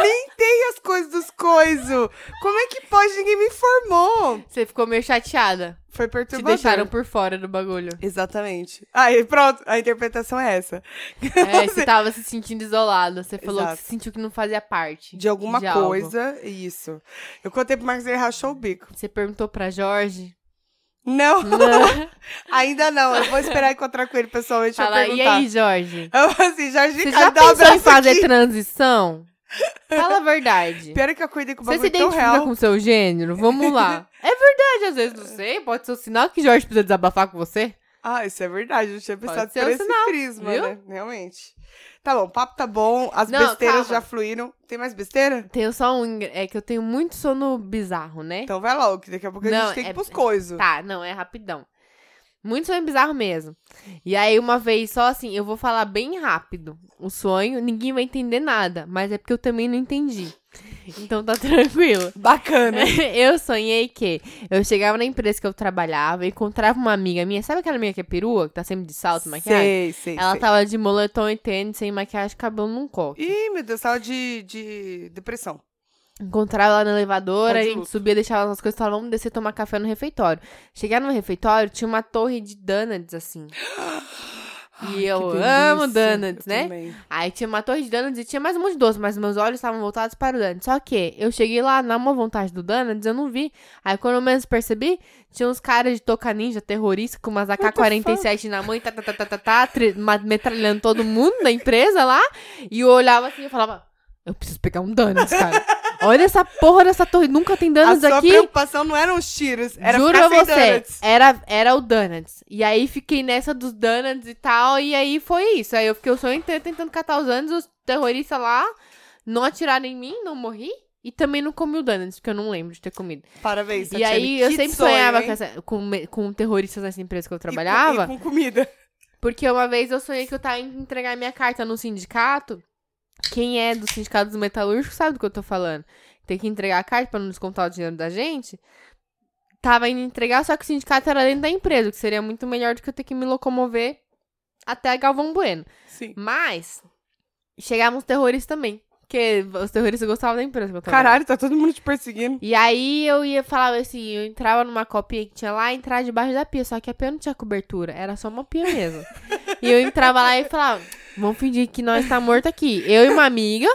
C: Nem tem as coisas dos coisos. Como é que pode? Ninguém me informou.
A: Você ficou meio chateada.
C: Foi
A: Te
C: perturbador.
A: deixaram por fora do bagulho.
C: Exatamente. Aí pronto, a interpretação é essa.
A: É, você tava se sentindo isolada. Você falou
C: Exato.
A: que se sentiu que não fazia parte.
C: De alguma
A: de algo.
C: coisa, isso. Eu contei pro Marcos, ele rachou o bico.
A: Você perguntou pra Jorge.
C: Não,
A: Não.
C: ainda não. Eu vou esperar encontrar com ele pessoalmente pra
A: Fala, e
C: perguntar.
A: aí, Jorge?
C: Eu falei assim, Jorge,
A: Você
C: cara,
A: já
C: dá um
A: pensou em
C: abraço
A: fazer
C: aqui.
A: transição? Fala a verdade.
C: Pior é que eu acordei com o
A: Você se
C: bagulho tão real.
A: identifica com o seu gênero? Vamos lá. É verdade, às vezes, não sei. Pode ser um sinal que Jorge precisa desabafar com você.
C: Ah, isso é verdade. Eu tinha pensado
A: ser
C: por
A: um
C: esse
A: sinal,
C: prisma,
A: viu?
C: né? Realmente. Tá bom, o papo tá bom, as
A: Não,
C: besteiras
A: calma.
C: já fluíram. Tem mais besteira?
A: Tenho só um... engra- É que eu tenho muito sono bizarro, né?
C: Então vai logo, que daqui a pouco a
A: Não,
C: gente tem que
A: é-
C: ir pros coisos.
A: Tá, não, é rapidão. Muito sonho bizarro mesmo. E aí, uma vez só assim, eu vou falar bem rápido o sonho, ninguém vai entender nada, mas é porque eu também não entendi. Então tá tranquilo. É,
C: Bacana.
A: Eu sonhei que eu chegava na empresa que eu trabalhava, encontrava uma amiga minha, sabe aquela amiga que é perua, que tá sempre de salto, maquiagem?
C: sei, sei,
A: Ela tá
C: sei.
A: tava de moletom e tênis, sem maquiagem, cabelo num coque.
C: Ih, meu Deus, tava de, de depressão.
A: Encontrava ela na elevadora,
C: Tá
A: a
C: de
A: gente
C: luto.
A: subia, deixava as coisas, falava, vamos descer tomar café no refeitório. Chegar no refeitório, tinha uma torre de donuts, assim.
C: Ai,
A: eu
C: que
A: amo
C: delícia.
A: donuts,
C: Eu
A: né?
C: também.
A: Aí tinha uma torre de donuts e tinha mais um monte de doce, mas meus olhos estavam voltados para o donuts. Só que eu cheguei lá, na uma vontade do donuts, eu não vi. Aí quando eu menos percebi, tinha uns caras de toca ninja, terrorista, com umas AK-47 na mão e tá, tá, tá, tá, tá, tá, tre- ma- metralhando todo mundo da empresa lá. E eu olhava assim e falava, eu preciso pegar um donuts, cara. Olha essa porra dessa torre, nunca tem
C: A
A: donuts
C: sua
A: aqui.
C: preocupação não eram os tiros, era
A: Juro
C: ficar
A: a
C: sem
A: você,
C: donuts.
A: era era o donuts. E aí fiquei nessa dos donuts e tal, e aí foi isso. Aí eu fiquei o sonho inteiro tentando catar os donuts, os terroristas lá não atiraram em mim, não morri. E também não comi o donuts, porque eu não lembro de ter comido.
C: Parabéns,
A: e
C: Tatiane,
A: aí eu
C: que
A: sempre
C: sonho,
A: sonhava
C: hein?
A: com, essa- com, me- com terroristas nessa empresa que eu
C: E com- e
A: trabalhava.
C: com comida.
A: Porque uma vez eu sonhei que eu tava indo entregar minha carta no sindicato. Quem é do sindicato dos metalúrgicos sabe do que eu tô falando. Tem que entregar a carta pra não descontar o dinheiro da gente. Tava indo entregar, só que o sindicato era dentro da empresa, o que seria muito melhor do que eu ter que me locomover até Galvão Bueno.
C: Sim.
A: Mas chegavam os terroristas também. Porque os terroristas gostavam da empresa. que eu trabalhava.
C: Caralho, tá todo mundo te perseguindo.
A: E aí eu ia falar assim, eu entrava numa copinha que tinha lá e entrava debaixo da pia, só que a pia não tinha cobertura, era só uma pia mesmo. e eu entrava lá e falava, vamos fingir que nós tá morto aqui. Eu e uma amiga,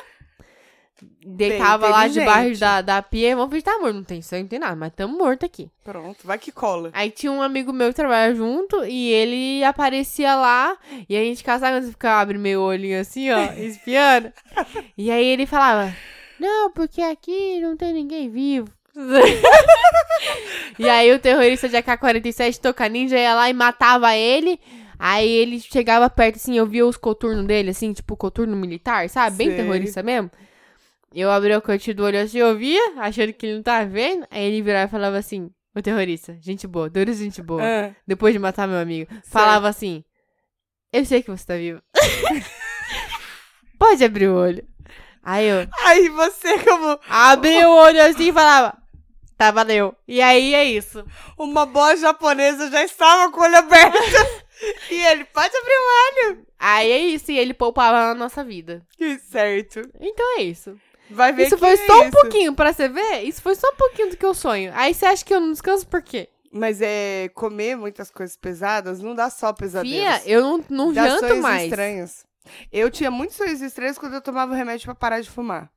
A: Deitava lá
C: inteligente.
A: debaixo da, da pia. Vamos fingir que tá morto. Não tem sangue, não tem nada, mas tamo morto aqui.
C: Pronto, vai que cola.
A: Aí tinha um amigo meu que trabalha junto e ele aparecia lá e a gente casava, quando você ficava abre meu olhinho assim, ó, espiando. e aí ele falava: Não, porque aqui não tem ninguém vivo. e aí o terrorista de AK-47 Toca Ninja ia lá e matava ele. Aí ele chegava perto, assim, eu via os coturnos dele, assim, tipo coturno militar, sabe? Bem
C: Sei.
A: terrorista mesmo. Eu abri o cantinho do olho assim, eu via, achando que ele não tava vendo. Aí ele virava e falava assim, o terrorista, gente boa, Doris gente boa.
C: Ah,
A: Depois de matar meu amigo, falava assim, eu sei que você tá vivo. Pode abrir o olho. Aí eu,
C: Aí você como
A: abri o olho assim e falava, tá, valeu. E aí é isso.
C: uma boa japonesa já estava com o olho aberto. e ele, pode abrir o
A: Aí é isso, e ele poupava a nossa vida.
C: olho. Certo.
A: Então é isso.
C: Vai ver
A: Isso
C: que
A: foi
C: é
A: só um
C: isso.
A: pouquinho, pra você ver, isso foi só um pouquinho do que eu sonho. Aí você acha que eu não descanso por quê?
C: Mas é comer muitas coisas pesadas não dá só pesadelos.
A: Fia, eu não, não
C: dá
A: janto
C: sonhos
A: mais.
C: estranhos. Eu tinha muitos sonhos estranhos quando eu tomava remédio pra parar de fumar.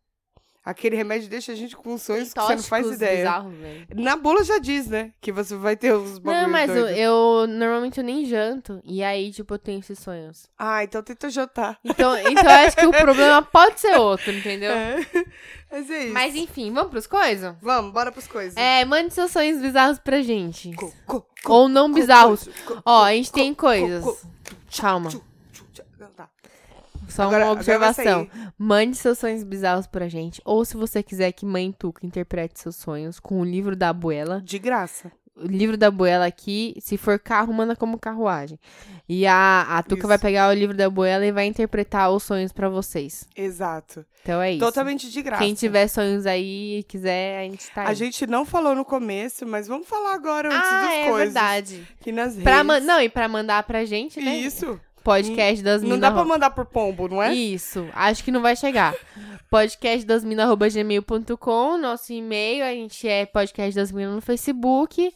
C: Aquele remédio deixa a gente com
A: Tem
C: sonhos que você não faz
A: tóxicos
C: ideia.
A: bizarros, velho.
C: Na bula já diz, né? Que você vai ter os bagulho
A: Não, mas eu,
C: doido.
A: eu- normalmente eu nem janto. E aí, tipo, eu tenho esses sonhos.
C: Ah, então tenta jantar.
A: Então, então eu acho que o problema pode ser outro, entendeu?
C: É. Mas é isso.
A: Mas enfim, vamos pros coisas?
C: Vamos, bora pras coisas.
A: É, um mande seus sonhos bizarros pra gente.
C: Co- co- co-
A: Ou não
C: co-
A: bizarros.
C: coisa, co-
A: Ó, a gente tem
C: co- co-
A: coisas.
C: co-
A: Calma,
C: tchu, tchu, tchu. Não, tá.
A: só
C: Agora-
A: É
C: agora
A: uma
C: vai
A: observação.
C: sair.
A: Mande seus sonhos bizarros pra gente. Ou se você quiser que Mãe Tuca interprete seus sonhos com o livro da Abuela.
C: De graça.
A: O livro da Abuela aqui, se for carro, manda como carruagem. E a, a Tuca
C: Isso.
A: vai pegar o livro da Abuela e vai interpretar os sonhos pra vocês.
C: Exato.
A: Então é isso.
C: Totalmente de graça.
A: Quem tiver sonhos aí e quiser, a gente tá aí.
C: A gente não falou no começo, mas vamos falar agora antes
A: ah,
C: das
A: é
C: coisas.
A: verdade.
C: Que nas redes.
A: Pra man... Não, e pra mandar pra gente, né?
C: Isso.
A: Podcast das
C: Não
A: minas.
C: dá pra mandar por pombo, não é?
A: Isso, acho que não vai chegar. podcastdasmina.gmail.com, nosso e-mail, a gente é podcast das minas no Facebook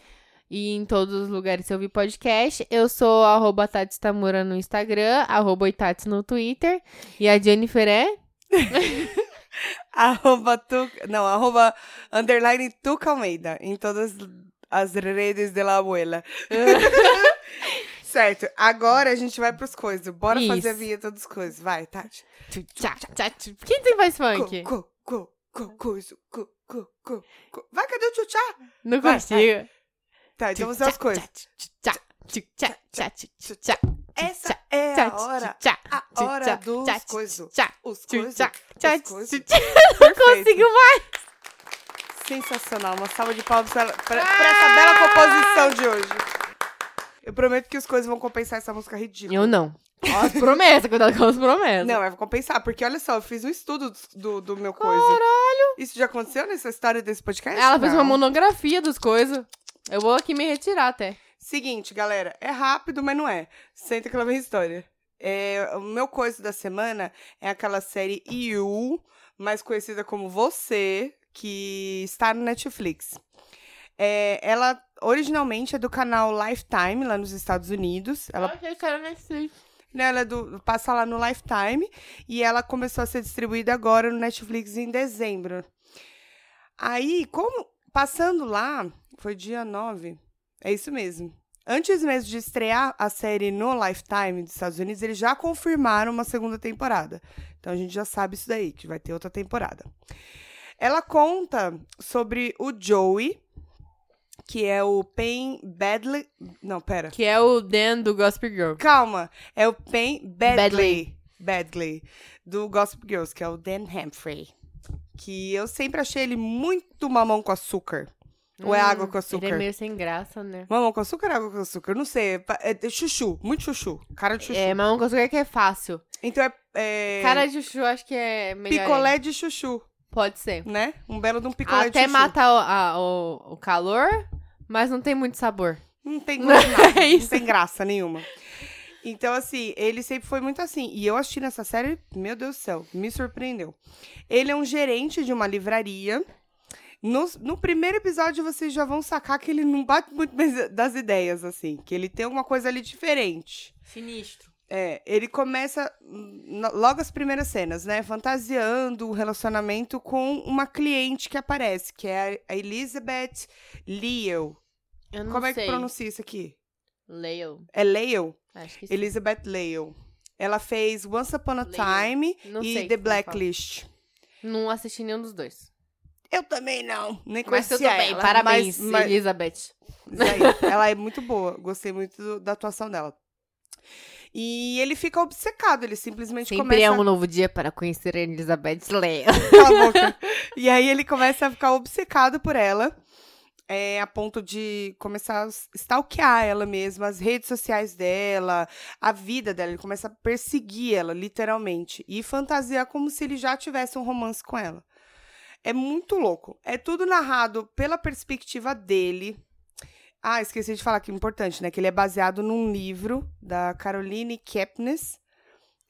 A: e em todos os lugares que eu vi podcast. Eu sou arroba Tati Tamura no Instagram, arroba Itats no Twitter e a Jennifer é...
C: Arroba tu... Não, arroba underline Tuca Almeida. Em todas as redes de la abuela. certo. Agora a gente vai pros coisas. Bora fazer a
A: Isso.
C: vinheta dos coisas. Vai, Tati.
A: Tchá, tchá, tchá. Quem tem mais funk?
C: Co, co, co, co, coiso, co, co, co, co. Vai, cadê o tchutchá?
A: Não
C: vai,
A: consigo.
C: Tá, então vamos fazer as coisas.
A: Tchá, tchá, tchá, tchá, tchá, tchá,
C: Essa
A: tchá,
C: é
A: tchá,
C: a hora.
A: tchá,
C: A
A: tchá, tchá,
C: hora dos
A: tchá,
C: coisos.
A: tchá,
C: Os
A: tchá,
C: coisos.
A: tchá, tchá,
C: Os coisos.
A: tchá. Não consigo mais.
C: Sensacional, uma salva de palmas pra, pra- pra
A: Ah!
C: essa bela composição de hoje. Eu prometo que os coisas vão compensar essa música ridícula.
A: Eu não. Ó, Tipo, as promessas, cuidado com as promessas.
C: Não, mas vou compensar, porque olha só, eu fiz um estudo do, do meu coisa. Caralho! Isso já aconteceu nessa história desse podcast?
A: Ela fez
C: Não.
A: uma monografia dos coisas. Eu vou aqui me retirar até.
C: Seguinte, galera, é rápido, mas não é. Senta que lá vem a história. É, o meu coisa da semana é aquela série You, mais conhecida como Você, que está no Netflix. É, ela originalmente é do canal Lifetime, lá nos Estados Unidos. Ela
A: achei que era Netflix.
C: né, Ela é do, passa lá no Lifetime e ela começou a ser distribuída agora no Netflix em dezembro. Aí, como passando lá, foi dia 9, é isso mesmo. Antes mesmo de estrear a série no Lifetime dos Estados Unidos, eles já confirmaram uma segunda temporada. Então a gente já sabe isso daí, que vai ter outra temporada. Ela conta sobre o Joey, que é o Pen Badley. Não, pera.
A: Que é o Dan do Gossip Girl.
C: Calma, é o Pen
A: Badley.
C: Badley. Badley, do Gossip Girls, que é o Dan Humphrey. Que eu sempre achei ele muito mamão com açúcar. Ou é
A: Hum,
C: água com açúcar?
A: Ele é meio sem graça, né?
C: Mamão com açúcar ou água com açúcar? Eu Não sei. é pa- É, é chuchu, muito chuchu. Cara de chuchu.
A: É, mas um com açúcar que é fácil.
C: Então é. é
A: Cara de chuchu, acho que é melhor.
C: picolé de chuchu,
A: Pode ser.
C: né? Um belo de um picolé de
A: Até
C: chuchu.
A: mata o, a- o- o calor, mas não tem muito sabor.
C: Não tem gosto de nada,
A: É
C: não
A: isso.
C: tem graça nenhuma. Então, assim, ele sempre foi muito assim. E eu assisti nessa série, meu Deus do céu, me surpreendeu. Ele é um gerente de uma livraria. No, no primeiro episódio, vocês já vão sacar que ele não bate muito bem das ideias, assim. Que ele tem alguma coisa ali diferente.
A: Sinistro.
C: É, ele começa hum, no- logo as primeiras cenas, né? Fantasiando o relacionamento com uma cliente que aparece, que é a Elizabeth Leo.
A: Eu não
C: Como é
A: sei.
C: que pronuncia isso aqui?
A: Leo.
C: É Leo?
A: Acho que sim.
C: Elizabeth Leo. Ela fez Once Upon a
A: Leo.
C: Time
A: Não
C: e
A: sei
C: The
A: como é fala.
C: Blacklist.
A: Não assisti nenhum dos dois.
C: Eu também não, nem
A: Mas é
C: conhecia
A: tudo bem,
C: ela.
A: parabéns,
C: mas- mas-
A: Elizabeth.
C: Isso aí. Ela é muito boa. Gostei muito do- da atuação dela. E ele fica obcecado, ele simplesmente
A: Sempre
C: começa
A: é um novo dia para conhecer a Elizabeth Leo.
C: Cala a boca. E aí ele começa a ficar obcecado por ela. é, a ponto de começar a stalkear ela mesma, as redes sociais dela, a vida dela. Ele começa a perseguir ela, literalmente. E fantasiar como se ele já tivesse um romance com ela. É muito louco. É tudo narrado pela perspectiva dele. Ah, esqueci de falar que é importante, né? Que ele é baseado num livro da Caroline Kepnes.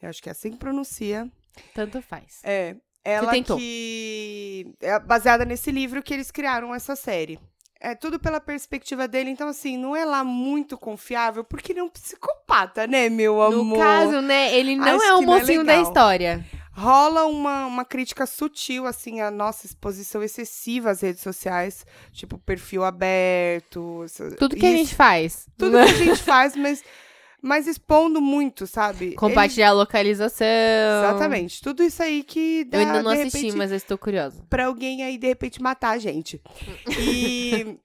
C: Eu acho que é assim que pronuncia.
A: Tanto faz.
C: É. Ela
A: tentou.
C: que. É baseada nesse livro que eles criaram essa série. É tudo pela perspectiva dele, então assim, não é lá muito confiável, porque ele é um psicopata, né, meu amor?
A: No caso, né, ele não
C: acho
A: é o
C: que não é
A: mocinho da
C: legal.
A: história.
C: Rola uma, uma crítica sutil, assim, à nossa exposição excessiva às redes sociais, tipo perfil aberto. essa-
A: Tudo que a
C: isso-
A: gente faz. Né?
C: Tudo que a gente faz, mas, mas expondo muito, sabe? Eles-
A: Compartilhar a localização.
C: Exatamente. Tudo isso aí que dá,
A: Eu ainda não
C: de
A: assisti,
C: repente,
A: mas eu estou curiosa.
C: pra alguém aí de repente matar a gente. E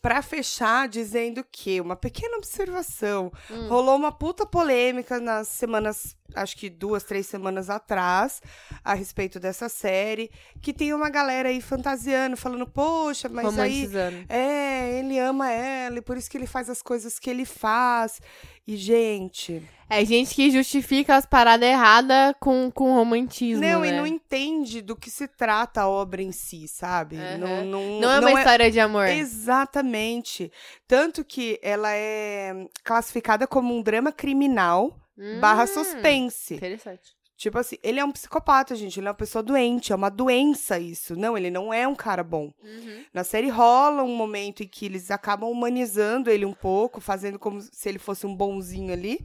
C: pra fechar dizendo que uma pequena observação,
A: Hum.
C: rolou uma puta polêmica nas semanas, acho que duas, três semanas atrás, a respeito dessa série, que tem uma galera aí fantasiando, falando: "Poxa, mas aí
A: Romantizando.
C: é, ele ama ela, e por isso que ele faz as coisas que ele faz". E gente,
A: É gente que justifica as paradas erradas com, com romantismo.
C: não,
A: né?
C: e não entende do que se trata a obra em si, sabe?
A: Aham.
C: Não, não,
A: Não é uma história de amor.
C: Exatamente. Tanto que ela é classificada como um drama criminal
A: Hum,
C: barra suspense.
A: Interessante.
C: Tipo assim, ele é um psicopata, gente. Ele é uma pessoa doente, é uma doença isso. Não, ele não é um cara bom.
A: Uhum.
C: Na série rola um momento em que eles acabam humanizando ele um pouco, fazendo como se ele fosse um bonzinho ali.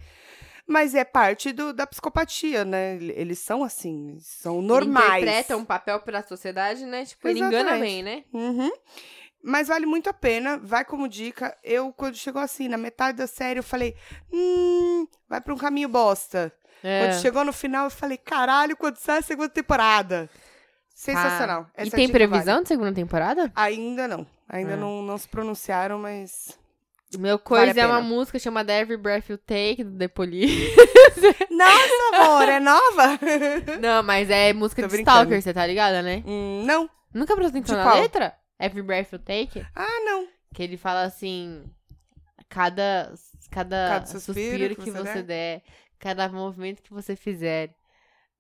C: Mas é parte do- da psicopatia, né? Ele- Eles são assim, são normais.
A: Interpreta um papel pra sociedade, né? Tipo, ele
C: Exatamente.
A: engana bem, né?
C: Uhum. Mas vale muito a pena, vai como dica. Eu, quando chegou assim, na metade da série, eu falei, hum, vai pra um caminho bosta.
A: É.
C: Quando chegou no final, eu falei, caralho, quando sai a segunda temporada. Sensacional.
A: Ah, E
C: Essa é
A: tem
C: dica vale.
A: previsão de segunda temporada?
C: Ainda não. Ainda
A: Ah.
C: não, não se pronunciaram, mas.
A: Meu coisa
C: Vale a
A: é uma
C: pena.
A: música chamada Every Breath You Take, do The Police.
C: Nossa, amor, é nova?
A: Não, mas é música
C: Tô
A: de
C: brincando.
A: Stalker, você tá ligada, né?
C: Hum, não.
A: Nunca prestou atenção na
C: De qual?
A: letra? Every Breath You Take?
C: Ah, não.
A: Que ele fala assim: cada, cada,
C: Cada
A: suspiro, que, você der, cada movimento que você fizer.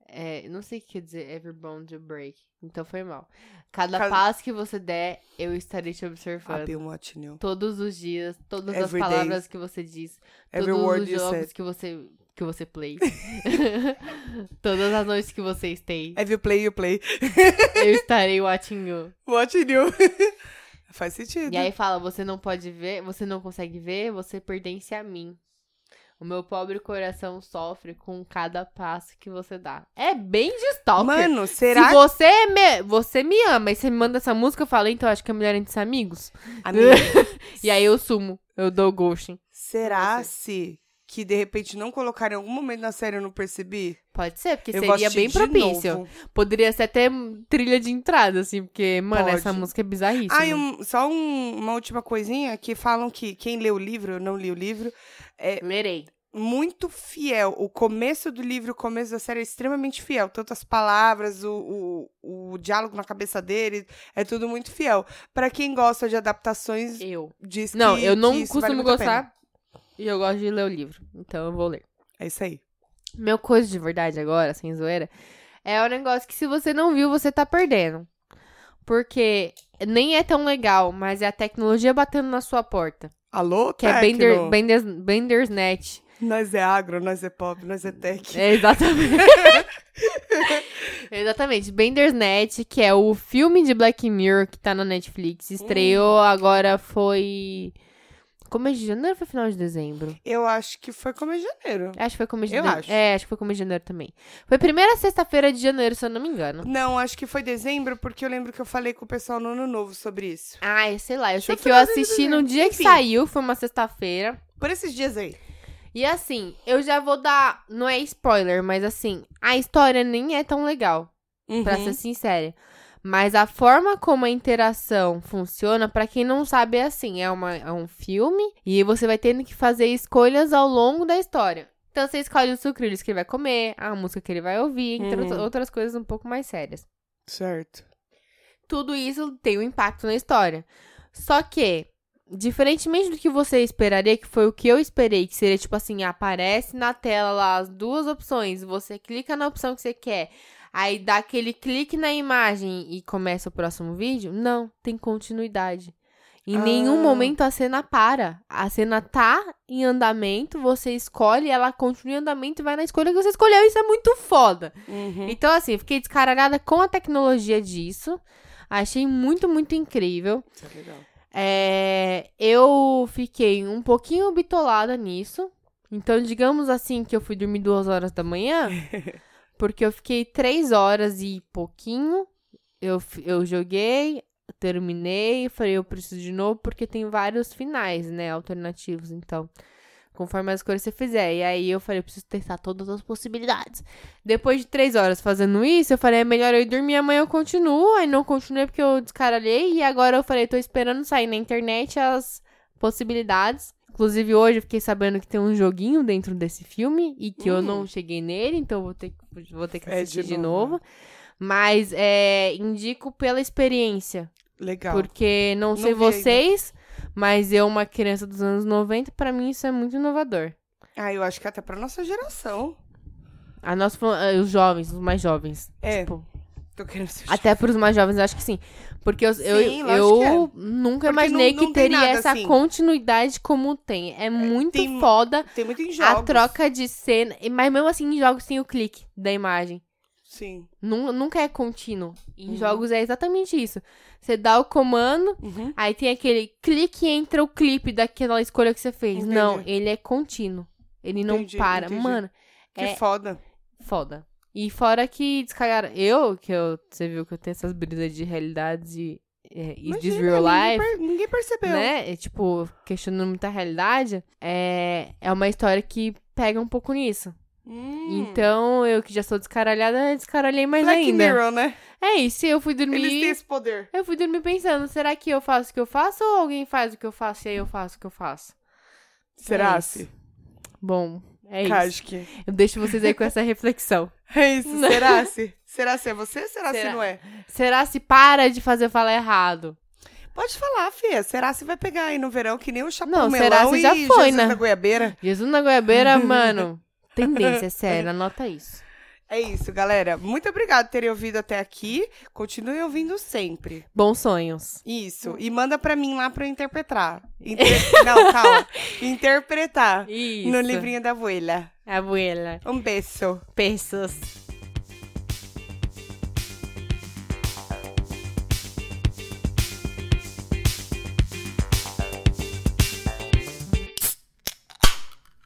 A: É, não sei o que quer dizer every bone you break. Então foi mal. Cada,
C: Cada-
A: passo que você der, eu estarei te
C: Ah,
A: observando.
C: Bill Watney.
A: Todos os dias, todas
C: Every
A: as palavras que você diz,
C: Every
A: todos
C: É word
A: os
C: you
A: jogos
C: said.
A: que você que você play. todas as noites que você stay,
C: Every play you play.
A: eu estarei watching you.
C: Watney. Faz sentido.
A: E aí fala, você não pode ver, você não consegue ver, você pertence a mim. O meu pobre coração sofre com cada passo que você dá. É bem de stalker.
C: Mano, será
A: Se você me, você me ama e você me manda essa música, eu falo, então acho que é melhor entre os amigos.
C: Amiga,
A: E aí eu sumo, eu dou ghosting.
C: será
A: Não
C: se que de repente não colocaram em algum momento na série eu não percebi?
A: Pode ser, porque
C: eu vou
A: seria
C: assistir
A: bem
C: de
A: propício.
C: novo.
A: Poderia ser até trilha de entrada, assim, porque, mano,
C: Pode.
A: essa música é bizarríssima.
C: Ah, e um- só um- uma última coisinha que falam que quem lê o livro, eu não li o livro, é
A: Lerei.
C: muito fiel. O começo do livro, o começo da série é extremamente fiel. Tanto as palavras, o, o, o diálogo na cabeça dele, é tudo muito fiel. Pra quem gosta de adaptações,
A: Eu.
C: diz
A: Não,
C: que
A: eu não
C: que isso vale
A: costumo
C: muito a pena.
A: gostar. E eu gosto de ler o livro. Então eu vou ler.
C: É isso aí.
A: Meu coisa de verdade agora, sem zoeira, é um negócio que se você não viu, você tá perdendo. Porque nem é tão legal, mas é a tecnologia batendo na sua porta.
C: Alô,
A: Que é Bender,
C: Tecno?
A: Benders, Bendersnet.
C: Nós é agro, nós é pop, nós é tech.
A: É, exatamente. exatamente. Bendersnet, que é o Hum. filme de Black Mirror que tá na Netflix. Estreou agora, foi... Começo de janeiro ou foi final de dezembro?
C: Eu acho que foi como é janeiro.
A: Acho que foi começo de
C: Eu
A: janeiro.
C: acho.
A: É, acho que foi começo de janeiro também. Foi primeira sexta-feira de janeiro, se eu não me engano.
C: Não, acho que foi dezembro, porque eu lembro que eu falei com o pessoal no ano novo sobre isso.
A: Ai, sei lá, eu sei
C: Foi
A: que eu
C: final de
A: assisti no
C: dezembro.
A: dia que
C: Enfim.
A: saiu, foi uma sexta-feira.
C: Por esses dias aí.
A: E assim, eu já vou dar. Não é spoiler, mas assim, a história nem é tão legal, pra
C: Uhum.
A: ser sincera. Mas a forma como a interação funciona, pra quem não sabe, é assim: é, uma, é um filme e você vai tendo que fazer escolhas ao longo da história. Então você escolhe os sucrilhos que ele vai comer, a música que ele vai ouvir, entre
C: Uhum.
A: outras coisas um pouco mais sérias
C: Certo.
A: tudo isso tem um impacto na história. Só que, diferentemente do que você esperaria, que foi o que eu esperei, que seria tipo assim, aparece na tela lá as duas opções, você clica na opção que você quer, aí dá aquele clique na imagem e começa o próximo vídeo, não, tem continuidade. Em
C: Ah.
A: nenhum momento a cena para. A cena tá em andamento, você escolhe, ela continua em andamento e vai na escolha que você escolheu. Isso é muito foda.
C: Uhum.
A: Então, assim, fiquei descaralhada com a tecnologia disso. Achei muito, muito incrível.
C: Isso é legal.
A: É, eu fiquei um pouquinho bitolada nisso. Então, digamos assim que eu fui dormir duas horas da manhã, porque eu fiquei três horas e pouquinho. Eu, fi- eu joguei, terminei, falei, eu preciso de novo, porque tem vários finais, né, alternativos. Então, conforme as coisas você fizer. E aí eu falei, eu preciso testar todas as possibilidades. Depois de três horas fazendo isso, eu falei, é melhor eu ir dormir, amanhã eu continuo. Aí não continuei porque eu descaralhei. E agora eu falei, tô esperando sair na internet as possibilidades. Inclusive, hoje eu fiquei sabendo que tem um joguinho dentro desse filme e que eu
C: Hum.
A: não cheguei nele, então eu vou ter, que- vou ter que
C: É, de
A: assistir de
C: novo,
A: novo. Mas é, indico pela experiência.
C: Legal.
A: Porque não, sei
C: Tá. vi
A: vocês, mas eu, uma criança dos anos 90, pra mim isso é muito inovador.
C: Ah, eu acho que até pra nossa geração.
A: A nós, fal- eh, os jovens, os mais jovens.
C: É.
A: Tipo,
C: Tô querendo assistir.
A: até pros mais jovens, eu acho que sim. Porque eu, eu,
C: Sim, lógico que é.
A: eu nunca
C: Porque
A: imaginei
C: não-
A: que
C: não tem
A: teria
C: nada
A: essa
C: assim.
A: continuidade como tem. É muito
C: tem
A: foda
C: Tem muito em
A: a
C: jogos.
A: troca de cena. e- Mas mesmo assim, em jogos tem o clique da imagem.
C: Sim.
A: Nun- Nunca é contínuo. Em
C: Uhum.
A: jogos é exatamente isso. Você dá o comando,
C: Uhum.
A: Aí tem aquele clique entre o clipe daquela escolha que você fez.
C: Entendi.
A: Não, ele é contínuo. Ele não
C: Entendi,
A: para.
C: entendi.
A: Mano,
C: Que
A: É-
C: foda.
A: foda. E fora que descagaram. Eu, que eu, você viu que eu tenho essas brisas de realidades e. É, is this
C: Imagina,
A: real
C: ninguém
A: life?
C: per- Ninguém percebeu.
A: Né? É, tipo, questionando muita realidade. É, é uma história que pega um pouco nisso.
C: Hum.
A: Então, eu que já sou descaralhada, descaralhei mais
C: Black
A: ainda.
C: Mirror, né?
A: É isso, eu fui dormir.
C: Eles têm esse poder.
A: Eu fui dormir pensando, será que eu faço o que eu faço ou alguém faz o que eu faço e aí eu faço o que eu faço?
C: Será?
A: É isso. Bom, é isso.
C: Casque.
A: Eu deixo vocês aí com essa reflexão.
C: É isso. Será? se Será se é você? Será,
A: Será?
C: se não é?
A: Será se para de fazer eu falar errado?
C: Pode falar, Fia. Será se vai pegar aí no verão que nem o chapéu
A: Não,
C: melão
A: será se
C: e
A: já foi,
C: Jesus
A: né?
C: da goiabeira?
A: Jesus na goiabeira, mano. Tendência, é sério, anota isso.
C: É isso, galera. Muito obrigada por terem ouvido até aqui. Continuem ouvindo sempre.
A: Bons sonhos.
C: Isso. E manda pra mim lá pra eu interpretar. Inter- não, calma. Interpretar.
A: Isso.
C: No livrinho da abuela.
A: Abuela.
C: Um beijo.
A: Pesos.